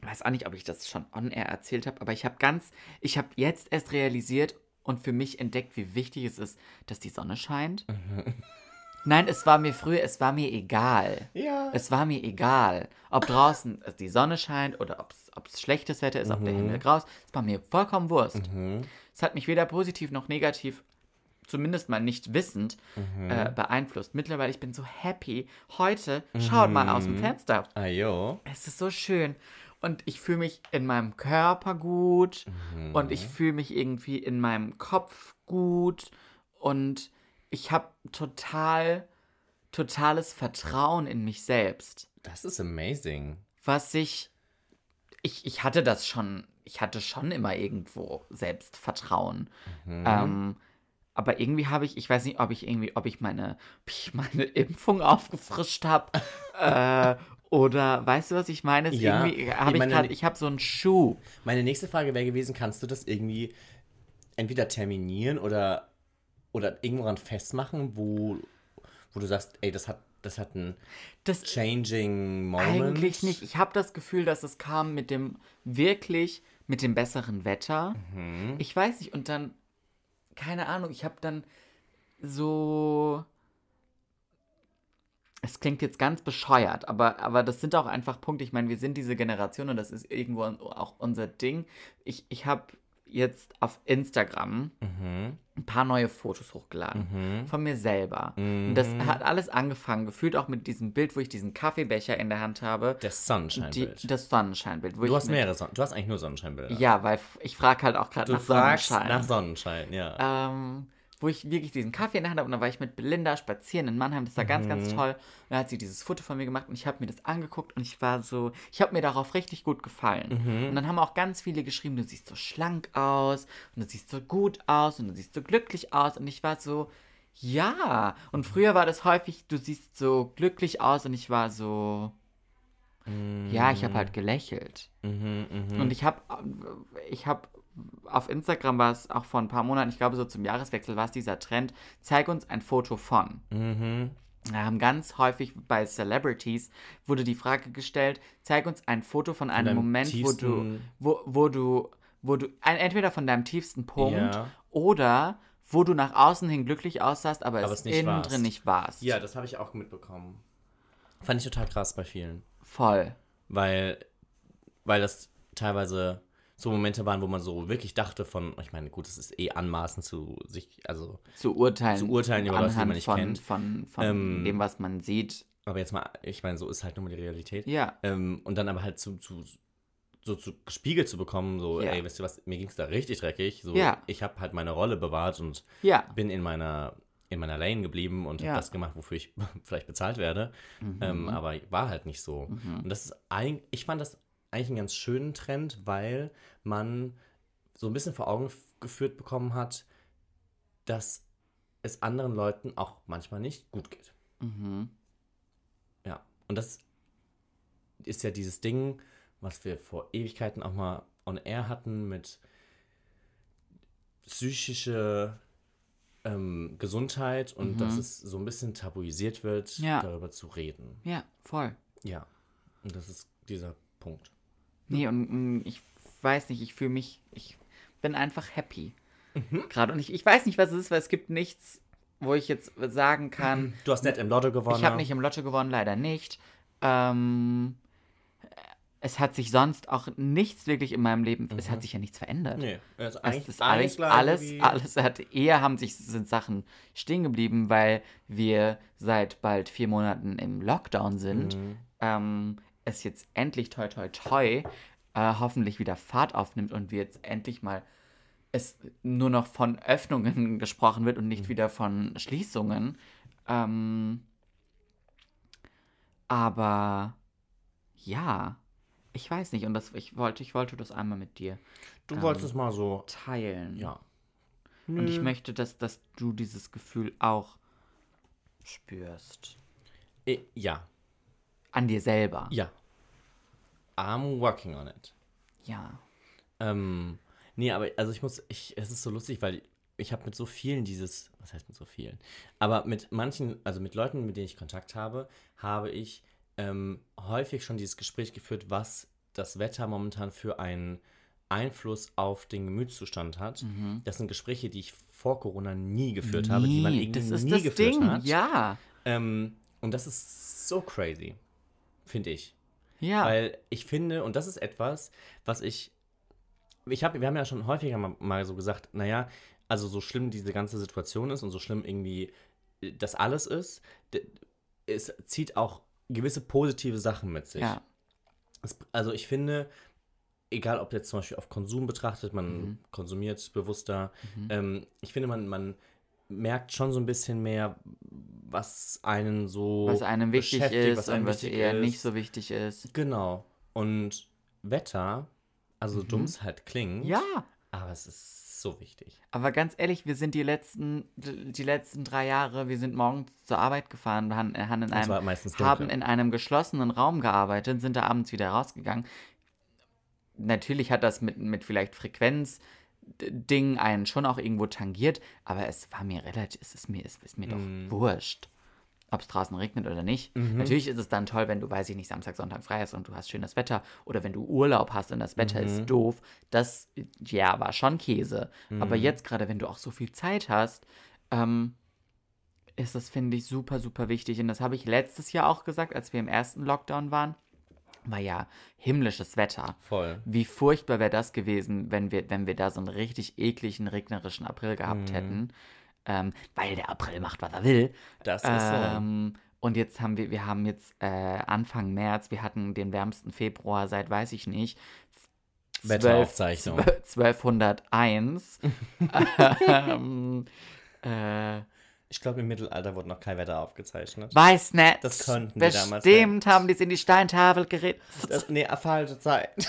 Speaker 1: weiß auch nicht, ob ich das schon on air erzählt habe, aber ich habe ganz ich habe jetzt erst realisiert und für mich entdeckt, wie wichtig es ist, dass die Sonne scheint. Nein, es war mir früher, es war mir egal.
Speaker 2: Ja.
Speaker 1: Es war mir egal, ob draußen die Sonne scheint oder ob es schlechtes Wetter ist, ob der Himmel grau ist. Es war mir vollkommen Wurst. Es hat mich weder positiv noch negativ, zumindest mal nicht wissend, äh, beeinflusst. Mittlerweile, ich bin so happy. Heute, schaut mal aus dem Fenster.
Speaker 2: Ah, Ajo.
Speaker 1: Es ist so schön. Und ich fühle mich in meinem Körper gut und ich fühle mich irgendwie in meinem Kopf gut und ich habe total, totales Vertrauen in mich selbst,
Speaker 2: Das ist amazing.
Speaker 1: was ich, ich, ich hatte das schon, ich hatte schon immer irgendwo Selbstvertrauen.
Speaker 2: Mhm.
Speaker 1: Ähm, aber irgendwie habe ich, ich weiß nicht, ob ich irgendwie, ob ich meine, ob ich meine Impfung aufgefrischt habe. äh, oder weißt du, was ich meine? Es
Speaker 2: Ja,
Speaker 1: irgendwie
Speaker 2: ich
Speaker 1: habe ich
Speaker 2: meine-
Speaker 1: gerade, ich habe so einen Schuh.
Speaker 2: Meine nächste Frage wäre gewesen, kannst du das irgendwie entweder terminieren oder, oder irgendwann festmachen, wo, wo du sagst, ey, das hat, das hat einen
Speaker 1: Das
Speaker 2: changing moment.
Speaker 1: Eigentlich nicht. Ich habe das Gefühl, dass es kam mit dem wirklich, mit dem besseren Wetter.
Speaker 2: Mhm.
Speaker 1: Ich weiß nicht. Und dann, keine Ahnung, ich habe dann so. Es klingt jetzt ganz bescheuert, aber, aber das sind auch einfach Punkte. Ich meine, wir sind diese Generation und das ist irgendwo auch unser Ding. Ich, ich habe jetzt auf Instagram
Speaker 2: Mhm.
Speaker 1: ein paar neue Fotos hochgeladen
Speaker 2: Mhm.
Speaker 1: von mir selber. Und das
Speaker 2: Mhm.
Speaker 1: hat alles angefangen, gefühlt auch mit diesem Bild, wo ich diesen Kaffeebecher in der Hand habe.
Speaker 2: Das
Speaker 1: Die,
Speaker 2: Sonnenscheinbild.
Speaker 1: das Sonnenscheinbild. Wo ich
Speaker 2: du hast
Speaker 1: mit-
Speaker 2: mehrere Sonnen Du hast eigentlich nur Sonnenscheinbilder.
Speaker 1: Ja, weil f- ich frage halt auch gerade
Speaker 2: Du
Speaker 1: nach
Speaker 2: fragst
Speaker 1: Sonnenschein.
Speaker 2: nach Sonnenschein, ja.
Speaker 1: ähm, wo ich wirklich diesen Kaffee in der Hand habe und dann war ich mit Belinda spazieren in Mannheim. Das war ganz, ganz
Speaker 2: Mhm.
Speaker 1: toll. Und dann hat sie dieses Foto von mir gemacht und ich habe mir das angeguckt und ich war so, ich habe mir darauf richtig gut gefallen.
Speaker 2: Mhm.
Speaker 1: Und dann haben auch ganz viele geschrieben, du siehst so schlank aus und du siehst so gut aus und du siehst so glücklich aus und ich war so, ja. Und
Speaker 2: Mhm.
Speaker 1: früher war das häufig, du siehst so glücklich aus und ich war so, ja, ich habe halt gelächelt.
Speaker 2: Mhm, mhm.
Speaker 1: Und ich habe, ich habe auf Instagram war es auch vor ein paar Monaten, ich glaube so zum Jahreswechsel war es dieser Trend, zeig uns ein Foto von.
Speaker 2: Mhm.
Speaker 1: Da haben ganz häufig bei Celebrities wurde die Frage gestellt, zeig uns ein Foto von einem
Speaker 2: deinem
Speaker 1: Moment, wo du,
Speaker 2: tiefsten-
Speaker 1: wo, wo du, wo du, ein, entweder von deinem tiefsten Punkt
Speaker 2: Ja.
Speaker 1: oder wo du nach außen hin glücklich aussahst, aber,
Speaker 2: Aber
Speaker 1: es
Speaker 2: es nicht
Speaker 1: innen
Speaker 2: warst.
Speaker 1: drin nicht warst.
Speaker 2: Ja, das habe ich auch mitbekommen. Fand ich total krass bei vielen.
Speaker 1: Voll.
Speaker 2: weil, weil das teilweise so Momente waren, wo man so wirklich dachte von, ich meine, gut, es ist eh anmaßend zu sich, also,
Speaker 1: Zu urteilen.
Speaker 2: Zu urteilen über Leute, die
Speaker 1: anhand
Speaker 2: man nicht
Speaker 1: von,
Speaker 2: kennt.
Speaker 1: Von, von
Speaker 2: Ähm,
Speaker 1: dem, was man sieht.
Speaker 2: aber jetzt mal, ich meine, so ist halt nun mal die Realität.
Speaker 1: Ja.
Speaker 2: Ähm, und dann aber halt zu, zu so zu gespiegelt zu bekommen, so,
Speaker 1: Ja.
Speaker 2: ey, wisst ihr was, mir ging's da richtig dreckig, so,
Speaker 1: Ja.
Speaker 2: ich habe halt meine Rolle bewahrt und
Speaker 1: Ja.
Speaker 2: bin in meiner in meiner Lane geblieben und
Speaker 1: Ja.
Speaker 2: habe das gemacht, wofür ich vielleicht bezahlt werde.
Speaker 1: Mhm.
Speaker 2: Ähm, aber war halt nicht so. Und das ist eigentlich, ich fand das eigentlich einen ganz schönen Trend, weil man so ein bisschen vor Augen f- geführt bekommen hat, dass es anderen Leuten auch manchmal nicht gut geht.
Speaker 1: Mhm.
Speaker 2: Ja. Und das ist ja dieses Ding, was wir vor Ewigkeiten auch mal on air hatten mit psychische ähm, Gesundheit und
Speaker 1: Mhm.
Speaker 2: dass es so ein bisschen tabuisiert wird,
Speaker 1: Ja.
Speaker 2: darüber zu reden.
Speaker 1: Ja, voll.
Speaker 2: Ja. Und das ist dieser Punkt.
Speaker 1: Nee, und mm, ich weiß nicht, ich fühle mich, ich bin einfach happy.
Speaker 2: Mhm.
Speaker 1: Gerade. Und ich, ich weiß nicht, was es ist, weil es gibt nichts, wo ich jetzt sagen kann,
Speaker 2: Du hast nett im Lotto gewonnen.
Speaker 1: ich habe nicht im Lotto gewonnen, leider nicht. Ähm, es hat sich sonst auch nichts wirklich in meinem Leben, es hat sich ja nichts verändert.
Speaker 2: Nee, also
Speaker 1: Es
Speaker 2: Mhm. eigentlich
Speaker 1: ist alles,
Speaker 2: gleich
Speaker 1: alles,
Speaker 2: wie-
Speaker 1: alles hat eher haben sich sind Sachen stehen geblieben, weil wir seit bald vier Monaten im Lockdown
Speaker 2: Mhm.
Speaker 1: sind. Ähm, es jetzt endlich toi toi toi äh, hoffentlich wieder Fahrt aufnimmt und wir jetzt endlich mal es nur noch von Öffnungen gesprochen wird und nicht
Speaker 2: Mhm.
Speaker 1: wieder von Schließungen. Ähm, aber ja, ich weiß nicht und das ich wollte ich wollte das einmal mit dir
Speaker 2: Du wolltest es mal so.
Speaker 1: teilen.
Speaker 2: Ja.
Speaker 1: Und ich möchte, dass, dass du dieses Gefühl auch spürst.
Speaker 2: Eh, Ja.
Speaker 1: An dir selber.
Speaker 2: Ja. I'm working on it.
Speaker 1: Ja.
Speaker 2: Ähm, nee, aber also ich muss, ich, es ist so lustig, weil ich habe mit so vielen dieses, was heißt mit so vielen, aber mit manchen, also mit Leuten, mit denen ich Kontakt habe, habe ich ähm, häufig schon dieses Gespräch geführt, was das Wetter momentan für einen Einfluss auf den Gemütszustand hat.
Speaker 1: Mhm.
Speaker 2: Das sind Gespräche, die ich vor Corona nie geführt habe, die man
Speaker 1: Nie.
Speaker 2: irgendwie
Speaker 1: das ist
Speaker 2: nie
Speaker 1: das
Speaker 2: geführt
Speaker 1: Ding.
Speaker 2: hat.
Speaker 1: Ja.
Speaker 2: Ähm, und das ist so crazy, finde ich.
Speaker 1: Ja.
Speaker 2: Weil ich finde, und das ist etwas, was ich. ich hab, wir haben ja schon häufiger mal, mal so gesagt, naja, also so schlimm diese ganze Situation ist und so schlimm irgendwie äh, das alles ist, d- es zieht auch gewisse positive Sachen mit sich.
Speaker 1: ja.
Speaker 2: Es, also ich finde, egal ob jetzt zum Beispiel auf Konsum betrachtet, man
Speaker 1: Mhm.
Speaker 2: konsumiert bewusster,
Speaker 1: Mhm.
Speaker 2: ähm, ich finde, man, man merkt schon so ein bisschen mehr, was einen so.
Speaker 1: was einem wichtig
Speaker 2: beschäftigt,
Speaker 1: ist
Speaker 2: was
Speaker 1: und
Speaker 2: einem
Speaker 1: was
Speaker 2: wichtig
Speaker 1: eher
Speaker 2: ist.
Speaker 1: nicht so wichtig ist.
Speaker 2: Genau. Und Wetter, also dumm es halt klingt,
Speaker 1: Mhm. Ja,
Speaker 2: aber es ist so wichtig.
Speaker 1: aber ganz ehrlich, wir sind die letzten, die letzten drei Jahre, wir sind morgens zur Arbeit gefahren, haben, äh, haben, in,
Speaker 2: Und zwar
Speaker 1: einem,
Speaker 2: meistens dunkel.
Speaker 1: haben in einem geschlossenen Raum gearbeitet, sind da abends wieder rausgegangen. Natürlich hat das mit, mit vielleicht Frequenz. Ding einen schon auch irgendwo tangiert, aber es war mir relativ, es ist mir, es ist mir
Speaker 2: Mhm.
Speaker 1: doch wurscht, ob es draußen regnet oder nicht.
Speaker 2: Mhm.
Speaker 1: Natürlich ist es dann toll, wenn du, weiß ich nicht, Samstag, Sonntag frei hast und du hast schönes Wetter oder wenn du Urlaub hast und das Wetter
Speaker 2: Mhm.
Speaker 1: ist doof. Das, ja, war schon Käse.
Speaker 2: Mhm.
Speaker 1: Aber jetzt gerade, wenn du auch so viel Zeit hast, ähm, ist das, finde ich, super, super wichtig. Und das habe ich letztes Jahr auch gesagt, als wir im ersten Lockdown waren. War ja himmlisches Wetter.
Speaker 2: Voll.
Speaker 1: Wie furchtbar wäre das gewesen, wenn wir, wenn wir da so einen richtig ekligen, regnerischen April
Speaker 2: Mhm.
Speaker 1: gehabt hätten. Ähm, weil der April macht, was er will.
Speaker 2: Das ist so.
Speaker 1: Ähm, und jetzt haben wir, wir haben jetzt äh, Anfang März, wir hatten den wärmsten Februar seit, weiß ich nicht,
Speaker 2: Wetteraufzeichnung.
Speaker 1: 1201. ähm, äh,
Speaker 2: Ich glaube, im Mittelalter wurde noch kein Wetter aufgezeichnet.
Speaker 1: weiß nicht.
Speaker 2: Das konnten wir damals
Speaker 1: Bestimmt
Speaker 2: nicht.
Speaker 1: haben die es in die Steintafel geritzt.
Speaker 2: Das, nee, falsche Zeit.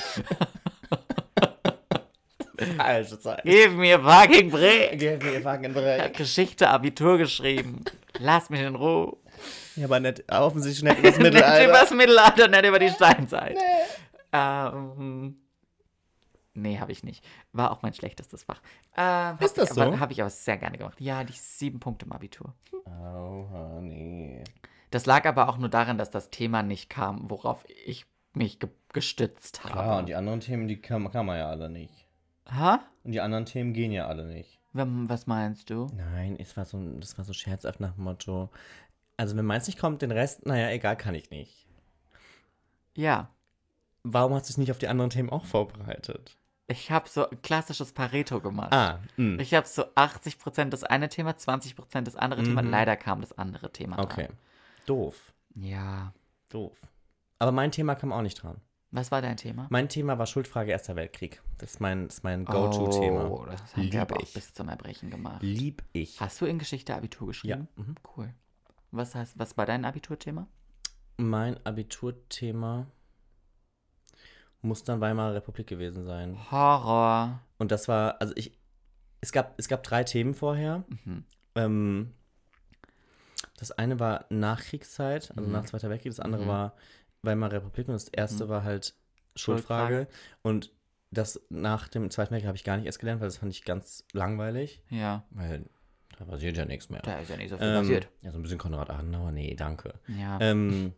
Speaker 2: falsche Zeit.
Speaker 1: Gib mir fucking Brick.
Speaker 2: Give me a fucking
Speaker 1: Ich hab
Speaker 2: break.
Speaker 1: Geschichte, Abitur geschrieben. Lass mich in Ruhe.
Speaker 2: Ja, aber nicht, offensichtlich nicht das
Speaker 1: Nicht über
Speaker 2: Mittelalter.
Speaker 1: das Mittelalter, nicht über die Steinzeit. Nee. Ähm, nee, habe ich nicht. War auch mein schlechtestes Fach. Ähm, hab
Speaker 2: Ist das
Speaker 1: ich aber,
Speaker 2: so?
Speaker 1: Habe ich aber sehr gerne gemacht. Ja, die sieben Punkte im Abitur.
Speaker 2: Oh, honey.
Speaker 1: Das lag aber auch nur daran, dass das Thema nicht kam, worauf ich mich ge gestützt habe.
Speaker 2: Klar, Ah, und die anderen Themen, die kann, kann man ja alle nicht.
Speaker 1: Ha?
Speaker 2: Und die anderen Themen gehen ja alle nicht.
Speaker 1: Wem- Was meinst du?
Speaker 2: Nein, es war so, ein- das war so scherzhaft nach dem Motto. Also, wenn meins nicht kommt, den Rest, naja, egal, kann ich nicht.
Speaker 1: Ja.
Speaker 2: Warum hast du dich nicht auf die anderen Themen auch vorbereitet?
Speaker 1: Ich habe so ein klassisches Pareto gemacht.
Speaker 2: Ah, mh.
Speaker 1: Ich habe so 80% das eine Thema, 20% das andere Thema.
Speaker 2: Mhm.
Speaker 1: Leider kam das andere Thema dran.
Speaker 2: okay. Doof.
Speaker 1: Ja.
Speaker 2: Doof. Aber mein Thema kam auch nicht dran.
Speaker 1: Was war dein Thema?
Speaker 2: Mein Thema war Schuldfrage Erster Weltkrieg. Das ist mein, das ist mein Go-To-Thema.
Speaker 1: Oh, das haben
Speaker 2: Lieb
Speaker 1: wir aber auch
Speaker 2: ich.
Speaker 1: bis zum Erbrechen gemacht.
Speaker 2: Lieb ich.
Speaker 1: Hast du in Geschichte Abitur
Speaker 2: Ja.
Speaker 1: geschrieben?
Speaker 2: Mhm.
Speaker 1: Cool. Was heißt, was war dein Abiturthema?
Speaker 2: Mein Abiturthema muss dann Weimarer Republik gewesen sein.
Speaker 1: Horror.
Speaker 2: Und das war, also ich, es gab, es gab drei Themen vorher.
Speaker 1: Mhm.
Speaker 2: Ähm, das eine war Nachkriegszeit, also
Speaker 1: Mhm.
Speaker 2: nach Zweiter Weltkrieg. Das andere
Speaker 1: Mhm.
Speaker 2: war Weimarer Republik und das erste war halt Schuldfrage.
Speaker 1: Schuldfrage.
Speaker 2: Und das nach dem Zweiten Weltkrieg habe ich gar nicht erst gelernt, weil das fand ich ganz langweilig.
Speaker 1: Ja.
Speaker 2: Weil da passiert ja nichts mehr.
Speaker 1: Da ist ja nicht so viel
Speaker 2: Ähm,
Speaker 1: passiert.
Speaker 2: ja, so ein bisschen Konrad Adenauer, nee, danke.
Speaker 1: Ja.
Speaker 2: Ähm,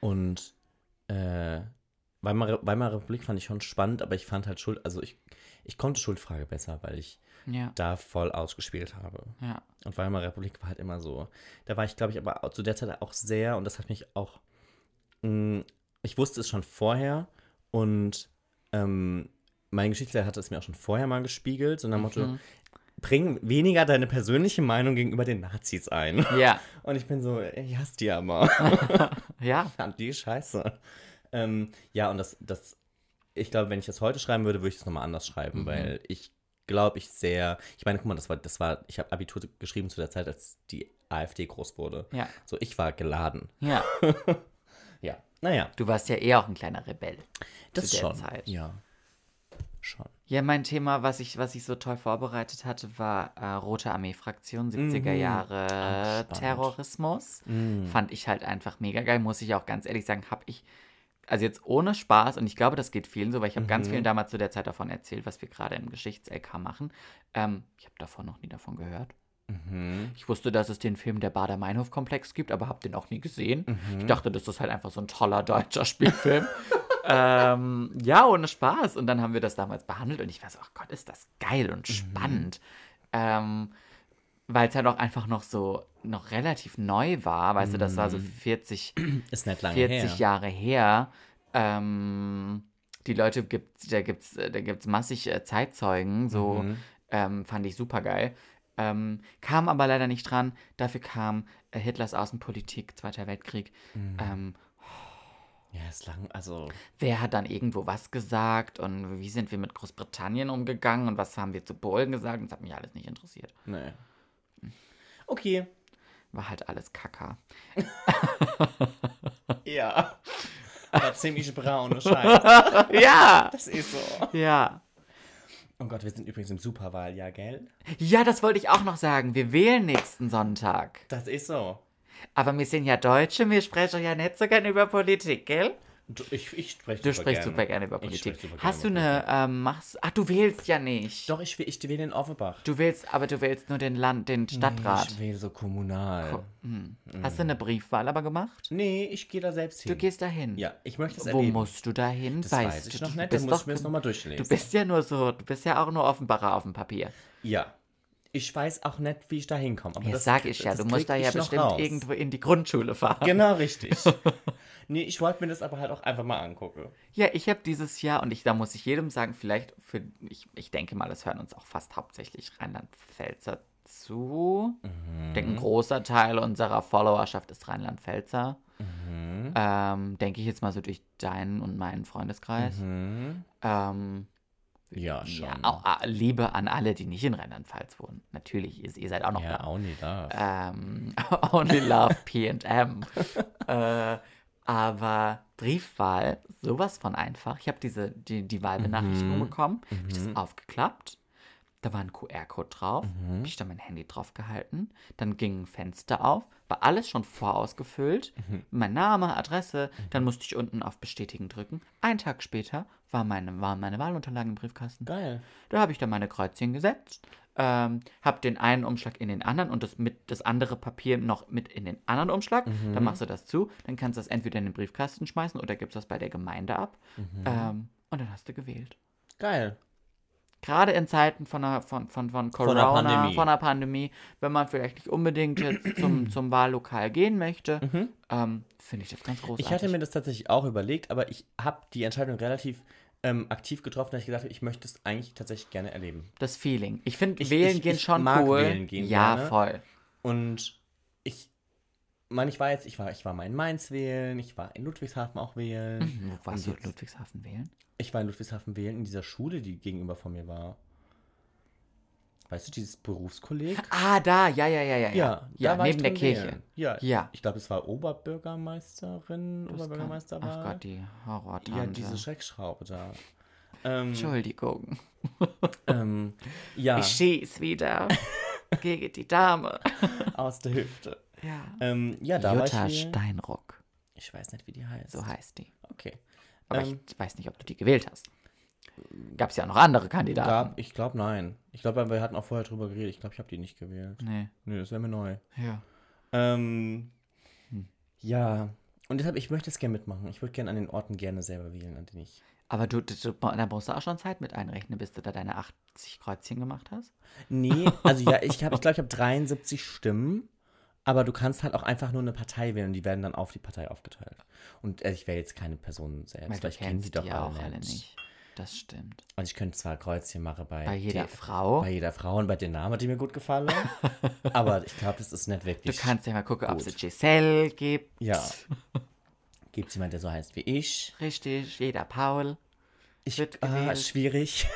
Speaker 2: und äh, Weimarer, Weimarer Republik fand ich schon spannend, aber ich fand halt Schuld, also ich, ich konnte Schuldfrage besser, weil ich
Speaker 1: ja.
Speaker 2: da voll ausgespielt habe.
Speaker 1: Ja.
Speaker 2: Und Weimarer Republik war halt immer so. Da war ich, glaube ich, aber auch zu der Zeit auch sehr, und das hat mich auch. Mh, ich wusste es schon vorher und ähm, mein Geschichtslehrer hatte es mir auch schon vorher mal gespiegelt, so nach dem Motto:
Speaker 1: Mhm.
Speaker 2: bring weniger deine persönliche Meinung gegenüber den Nazis ein.
Speaker 1: Ja.
Speaker 2: Und ich bin so, ich hasse die aber.
Speaker 1: Ja.
Speaker 2: Fand die scheiße. Ähm, ja, und das, das, ich glaube, wenn ich das heute schreiben würde, würde ich es nochmal anders schreiben,
Speaker 1: Mhm.
Speaker 2: weil ich glaube, ich sehr, ich meine, guck mal, das war, das war, ich habe Abitur geschrieben zu der Zeit, als die AfD groß wurde.
Speaker 1: Ja.
Speaker 2: So, ich war geladen.
Speaker 1: Ja.
Speaker 2: Ja, naja,
Speaker 1: Du warst ja eh auch ein kleiner Rebell.
Speaker 2: das
Speaker 1: zu der
Speaker 2: schon.
Speaker 1: Zeit.
Speaker 2: Ja, schon.
Speaker 1: Ja, mein Thema, was ich, was ich so toll vorbereitet hatte, war äh, Rote Armee-Fraktion, 70er
Speaker 2: Mhm.
Speaker 1: Jahre
Speaker 2: Ach, spannend. Mhm.
Speaker 1: Terrorismus. Fand ich halt einfach mega geil, muss ich auch ganz ehrlich sagen, habe ich, also jetzt ohne Spaß, und ich glaube, das geht vielen so, weil ich habe ganz
Speaker 2: Mhm.
Speaker 1: vielen damals zu der Zeit davon erzählt, was wir gerade im Geschichts-LK machen. Ähm, ich habe davon noch nie davon gehört.
Speaker 2: Mhm.
Speaker 1: Ich wusste, dass es den Film Der Bader-Meinhof-Komplex gibt, aber habe den auch nie gesehen.
Speaker 2: Mhm.
Speaker 1: Ich dachte, das ist halt einfach so ein toller deutscher Spielfilm. ähm, ja, ohne Spaß. Und dann haben wir das damals behandelt und ich war so, ach Gott, ist das geil
Speaker 2: Mhm.
Speaker 1: und spannend. Ähm, weil es halt auch einfach noch so, noch relativ neu war. Weißt du, das war
Speaker 2: Mhm.
Speaker 1: so 40,
Speaker 2: Ist nicht lange
Speaker 1: 40
Speaker 2: her.
Speaker 1: Jahre her. Ähm, die Leute gibt, da gibt's, da gibt's massig äh, Zeitzeugen, so
Speaker 2: Mhm.
Speaker 1: ähm, fand ich super geil. Ähm, kam aber leider nicht dran. Dafür kam äh, Hitlers Außenpolitik, Zweiter Weltkrieg.
Speaker 2: Mhm.
Speaker 1: Ähm,
Speaker 2: Ja, ist lang, also.
Speaker 1: wer hat dann irgendwo was gesagt und wie sind wir mit Großbritannien umgegangen
Speaker 2: ne.
Speaker 1: und was haben wir zu Polen gesagt? Das hat mich alles nicht interessiert.
Speaker 2: Nee. Okay.
Speaker 1: War halt alles Kacker.
Speaker 2: Ja. Aber ziemlich braune Scheiße.
Speaker 1: ja!
Speaker 2: Das ist eh so.
Speaker 1: Ja.
Speaker 2: Oh Gott, wir sind übrigens im Superwahljahr, gell?
Speaker 1: Ja, das wollte ich auch noch sagen. Wir wählen nächsten Sonntag.
Speaker 2: Das ist so.
Speaker 1: Aber wir sind ja Deutsche, wir sprechen ja nicht so gerne über Politik, gell?
Speaker 2: Du, ich, ich spreche
Speaker 1: Du sprichst
Speaker 2: gerne.
Speaker 1: super gerne über
Speaker 2: Ich
Speaker 1: Politik.
Speaker 2: spreche super gerne
Speaker 1: Hast du
Speaker 2: über
Speaker 1: eine, ähm, machst, ach, du wählst ja nicht.
Speaker 2: Doch, ich, will- ich wähle den Offenbach.
Speaker 1: Du wählst, aber du wählst nur den Land, den Stadtrat.
Speaker 2: Ich wähle so kommunal.
Speaker 1: Hast du eine Briefwahl aber gemacht?
Speaker 2: nee, ich gehe da selbst hin.
Speaker 1: Du gehst dahin.
Speaker 2: Hm. Ja, ich möchte es
Speaker 1: Wo
Speaker 2: erleben.
Speaker 1: musst du dahin?
Speaker 2: das
Speaker 1: weißt
Speaker 2: weiß ich
Speaker 1: du,
Speaker 2: noch
Speaker 1: du
Speaker 2: nicht, da
Speaker 1: bist
Speaker 2: muss
Speaker 1: doch-
Speaker 2: ich mir das nochmal
Speaker 1: Du
Speaker 2: durchlesen.
Speaker 1: bist ja nur so, du bist ja auch nur Offenbarer auf dem Papier.
Speaker 2: ja. Ich weiß auch nicht, wie ich da hinkomme. aber
Speaker 1: Ja,
Speaker 2: das-
Speaker 1: sag ich ja,
Speaker 2: das
Speaker 1: du musst
Speaker 2: krieg
Speaker 1: da ja
Speaker 2: ich noch
Speaker 1: bestimmt
Speaker 2: raus.
Speaker 1: irgendwo in die Grundschule fahren.
Speaker 2: Genau, richtig. nee, ich wollte mir das aber halt auch einfach mal angucken.
Speaker 1: Ja, ich habe dieses Jahr, und ich, da muss ich jedem sagen, vielleicht, für, ich, ich denke mal, das hören uns auch fast hauptsächlich Rheinland-Pfälzer zu. Ich denke, ein
Speaker 2: Mhm.
Speaker 1: großer Teil unserer Followerschaft ist Rheinland-Pfälzer.
Speaker 2: Mhm.
Speaker 1: Ähm, denke ich jetzt mal so durch deinen und meinen Freundeskreis. Ähm,
Speaker 2: Hm? Ja, Mhm. schon.
Speaker 1: ja, auch, ah, Liebe an alle, die nicht in Rheinland-Pfalz wohnen. Natürlich, ihr, ihr seid auch noch
Speaker 2: Ja,
Speaker 1: da.
Speaker 2: auch nicht da.
Speaker 1: Ähm, only Love PM. äh, aber Briefwahl, sowas von einfach. Ich habe diese die, die Wahlbenachrichtigung bekommen, habe ich das aufgeklappt. Da war ein QR-Code drauf, habe ich da mein Handy drauf gehalten. Dann ging ein Fenster auf, war alles schon vorausgefüllt. Mein Name, Adresse, dann musste ich unten auf Bestätigen drücken. Ein Tag später war meine, waren meine Wahlunterlagen im Briefkasten.
Speaker 2: Geil.
Speaker 1: Da habe ich dann meine Kreuzchen gesetzt, ähm, habe den einen Umschlag in den anderen und das, mit, das andere Papier noch mit in den anderen Umschlag.
Speaker 2: Mhm.
Speaker 1: Dann machst du das zu, dann kannst du das entweder in den Briefkasten schmeißen oder gibst das bei der Gemeinde ab.
Speaker 2: Mhm.
Speaker 1: Ähm, und dann hast du gewählt.
Speaker 2: Geil.
Speaker 1: Gerade in Zeiten von, einer, von, von, von
Speaker 2: der
Speaker 1: Corona, von der,
Speaker 2: Pandemie.
Speaker 1: Pandemie. wenn man vielleicht nicht unbedingt jetzt zum, zum Wahllokal gehen möchte, ähm, finde ich das ganz großartig.
Speaker 2: Mhm. Ich hatte mir das tatsächlich auch überlegt, aber ich habe die Entscheidung relativ ähm, aktiv getroffen, dass ich gedacht habe, ich möchte es eigentlich tatsächlich gerne erleben.
Speaker 1: das Feeling. Ich finde,
Speaker 2: Ich-
Speaker 1: wählen
Speaker 2: ich-
Speaker 1: gehen
Speaker 2: ich
Speaker 1: schon
Speaker 2: mag
Speaker 1: cool.
Speaker 2: wählen gehen
Speaker 1: ja,
Speaker 2: gerne.
Speaker 1: voll.
Speaker 2: Und ich meine, ich war jetzt, ich war, ich war mal in Mainz wählen, ich war in Ludwigshafen auch wählen.
Speaker 1: Mhm, Wo warst du
Speaker 2: Mhm. Und
Speaker 1: in Ludwigshafen wählen?
Speaker 2: Ich war in Ludwigshafen wählen in dieser Schule, die gegenüber von mir war. Weißt du, dieses Berufskolleg?
Speaker 1: Ah, da, ja, ja, ja, ja.
Speaker 2: Ja,
Speaker 1: ja
Speaker 2: da war
Speaker 1: neben
Speaker 2: ich
Speaker 1: der
Speaker 2: drin
Speaker 1: Kirche.
Speaker 2: wählen. Ja,
Speaker 1: Ja.
Speaker 2: ich glaube, es war Oberbürgermeisterin,
Speaker 1: Das kann-
Speaker 2: Oberbürgermeister war.
Speaker 1: Ach Gott, die Horror-Tante.
Speaker 2: ja, diese Schreckschraube da. Ähm,
Speaker 1: Entschuldigung.
Speaker 2: ähm, ja,
Speaker 1: Ich schieß wieder gegen die Dame.
Speaker 2: aus der Hüfte.
Speaker 1: Ja.
Speaker 2: Ähm, ja, da war
Speaker 1: Jutta
Speaker 2: ich. wählen.
Speaker 1: Steinrock,
Speaker 2: Ich weiß nicht, wie die heißt.
Speaker 1: so heißt die.
Speaker 2: Okay.
Speaker 1: Aber
Speaker 2: Ähm,
Speaker 1: ich weiß nicht, ob du die gewählt hast. Gab es ja auch noch andere Kandidaten.
Speaker 2: Gab, ich glaube, nein. Ich glaube, wir hatten auch vorher drüber geredet. Ich glaube, ich habe die nicht gewählt.
Speaker 1: Nee,
Speaker 2: Nö, das wäre mir neu.
Speaker 1: ja.
Speaker 2: Ähm,
Speaker 1: Hm.
Speaker 2: Ja. Und deshalb, ich möchte es gerne mitmachen. Ich würde gerne an den Orten gerne selber wählen, an denen ich.
Speaker 1: Aber du, du, du, da musst du auch schon Zeit mit einrechnen, bis du da deine 80 Kreuzchen gemacht hast.
Speaker 2: Nee, also ja, ich glaube, ich, glaub, ich habe 73 Stimmen. Aber du kannst halt auch einfach nur eine Partei wählen und die werden dann auf die Partei aufgeteilt. Und äh, ich wähle jetzt keine Person selbst,
Speaker 1: Weil
Speaker 2: weil
Speaker 1: du
Speaker 2: ich kenne die
Speaker 1: kennst
Speaker 2: doch
Speaker 1: die ja auch
Speaker 2: alle
Speaker 1: alle
Speaker 2: nicht.
Speaker 1: nicht. Das stimmt.
Speaker 2: Also ich könnte zwar Kreuzchen machen bei,
Speaker 1: Bei jeder
Speaker 2: die-
Speaker 1: Frau.
Speaker 2: bei jeder Frau und bei den Namen, die mir gut gefallen. aber ich glaube, das ist nicht
Speaker 1: Du
Speaker 2: wirklich.
Speaker 1: kannst ja mal gucken, ob
Speaker 2: gut.
Speaker 1: es Giselle gibt.
Speaker 2: Ja. Gibt es jemanden, der so heißt wie ich?
Speaker 1: Richtig, jeder Paul.
Speaker 2: Ich
Speaker 1: Wird
Speaker 2: ah,
Speaker 1: gewählt.
Speaker 2: schwierig.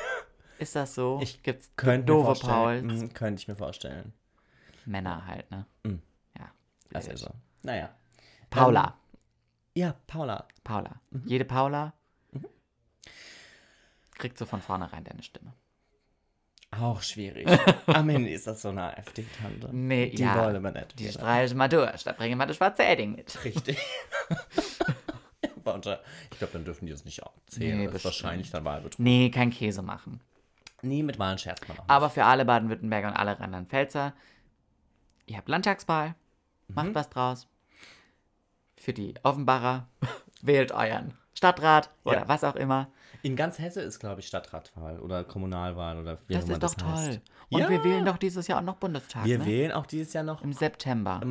Speaker 1: Ist das so?
Speaker 2: Ich
Speaker 1: gibt's
Speaker 2: Könnte mir
Speaker 1: doofe
Speaker 2: vorstellen.
Speaker 1: Pauls.
Speaker 2: Mm, Könnte ich mir vorstellen.
Speaker 1: Männer halt, ne?
Speaker 2: Mm.
Speaker 1: Ja.
Speaker 2: Das ist so. Naja. Ähm,
Speaker 1: Paula.
Speaker 2: Ja, Paula.
Speaker 1: Paula.
Speaker 2: Mhm.
Speaker 1: Jede Paula kriegt so von vornherein deine Stimme.
Speaker 2: Auch schwierig. Am Ende ist das so eine AfD-Tante.
Speaker 1: Nee,
Speaker 2: die
Speaker 1: ja.
Speaker 2: wollen wir nicht.
Speaker 1: Die
Speaker 2: wieder.
Speaker 1: streiche mal durch. Da bringe mal das schwarze Edding mit.
Speaker 2: Richtig. Warte, ich glaube, dann dürfen die das nicht erzählen.
Speaker 1: Nee,
Speaker 2: das ist
Speaker 1: bestimmt.
Speaker 2: wahrscheinlich dann Wahlbetrug.
Speaker 1: Nee, kein Käse machen.
Speaker 2: Nee, mit Wahlen scherzt man auch.
Speaker 1: Aber für alle Baden-Württemberger und alle Rheinland-Pfälzer, ihr habt Landtagswahl.
Speaker 2: Mhm.
Speaker 1: Macht was draus. Für die Offenbarer wählt euren Stadtrat oder
Speaker 2: Ja.
Speaker 1: was auch immer.
Speaker 2: In ganz Hesse ist, glaube ich, Stadtratwahl oder Kommunalwahl oder wie
Speaker 1: Das
Speaker 2: auch immer
Speaker 1: ist doch toll.
Speaker 2: heißt.
Speaker 1: Und
Speaker 2: ja,
Speaker 1: wir wählen doch dieses Jahr auch noch Bundestag.
Speaker 2: wir
Speaker 1: ne? Mhm.
Speaker 2: wählen auch dieses Jahr noch. Mhm.
Speaker 1: Im September.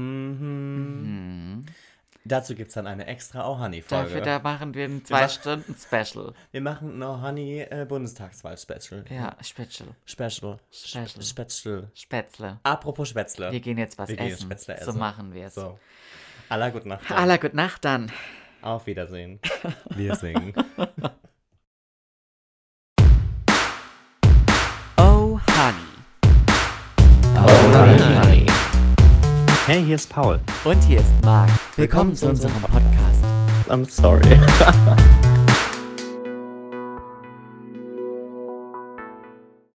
Speaker 2: Dazu gibt es dann eine extra Oh
Speaker 1: Dafür
Speaker 2: Ohani-Folge.
Speaker 1: da machen wir ein zwei Stunden Special.
Speaker 2: Wir machen ein Oh Ohani-Bundestagswahl-Special.
Speaker 1: Ja, Spätzle.
Speaker 2: Special.
Speaker 1: Special.
Speaker 2: Spätzle.
Speaker 1: Spätzle.
Speaker 2: Apropos Spätzle.
Speaker 1: Wir gehen jetzt was
Speaker 2: Wir gehen jetzt
Speaker 1: essen.
Speaker 2: Spätzle
Speaker 1: So
Speaker 2: essen.
Speaker 1: machen wir es.
Speaker 2: So. Aller gute Nacht. dann.
Speaker 1: Aller gute Nacht dann.
Speaker 2: Auf Wiedersehen. Wir singen.
Speaker 1: Oh honey. Oh honey.
Speaker 2: Hey, here's Paul.
Speaker 1: Und hier ist Marc. Willkommen zu unserem Podcast.
Speaker 2: I'm sorry.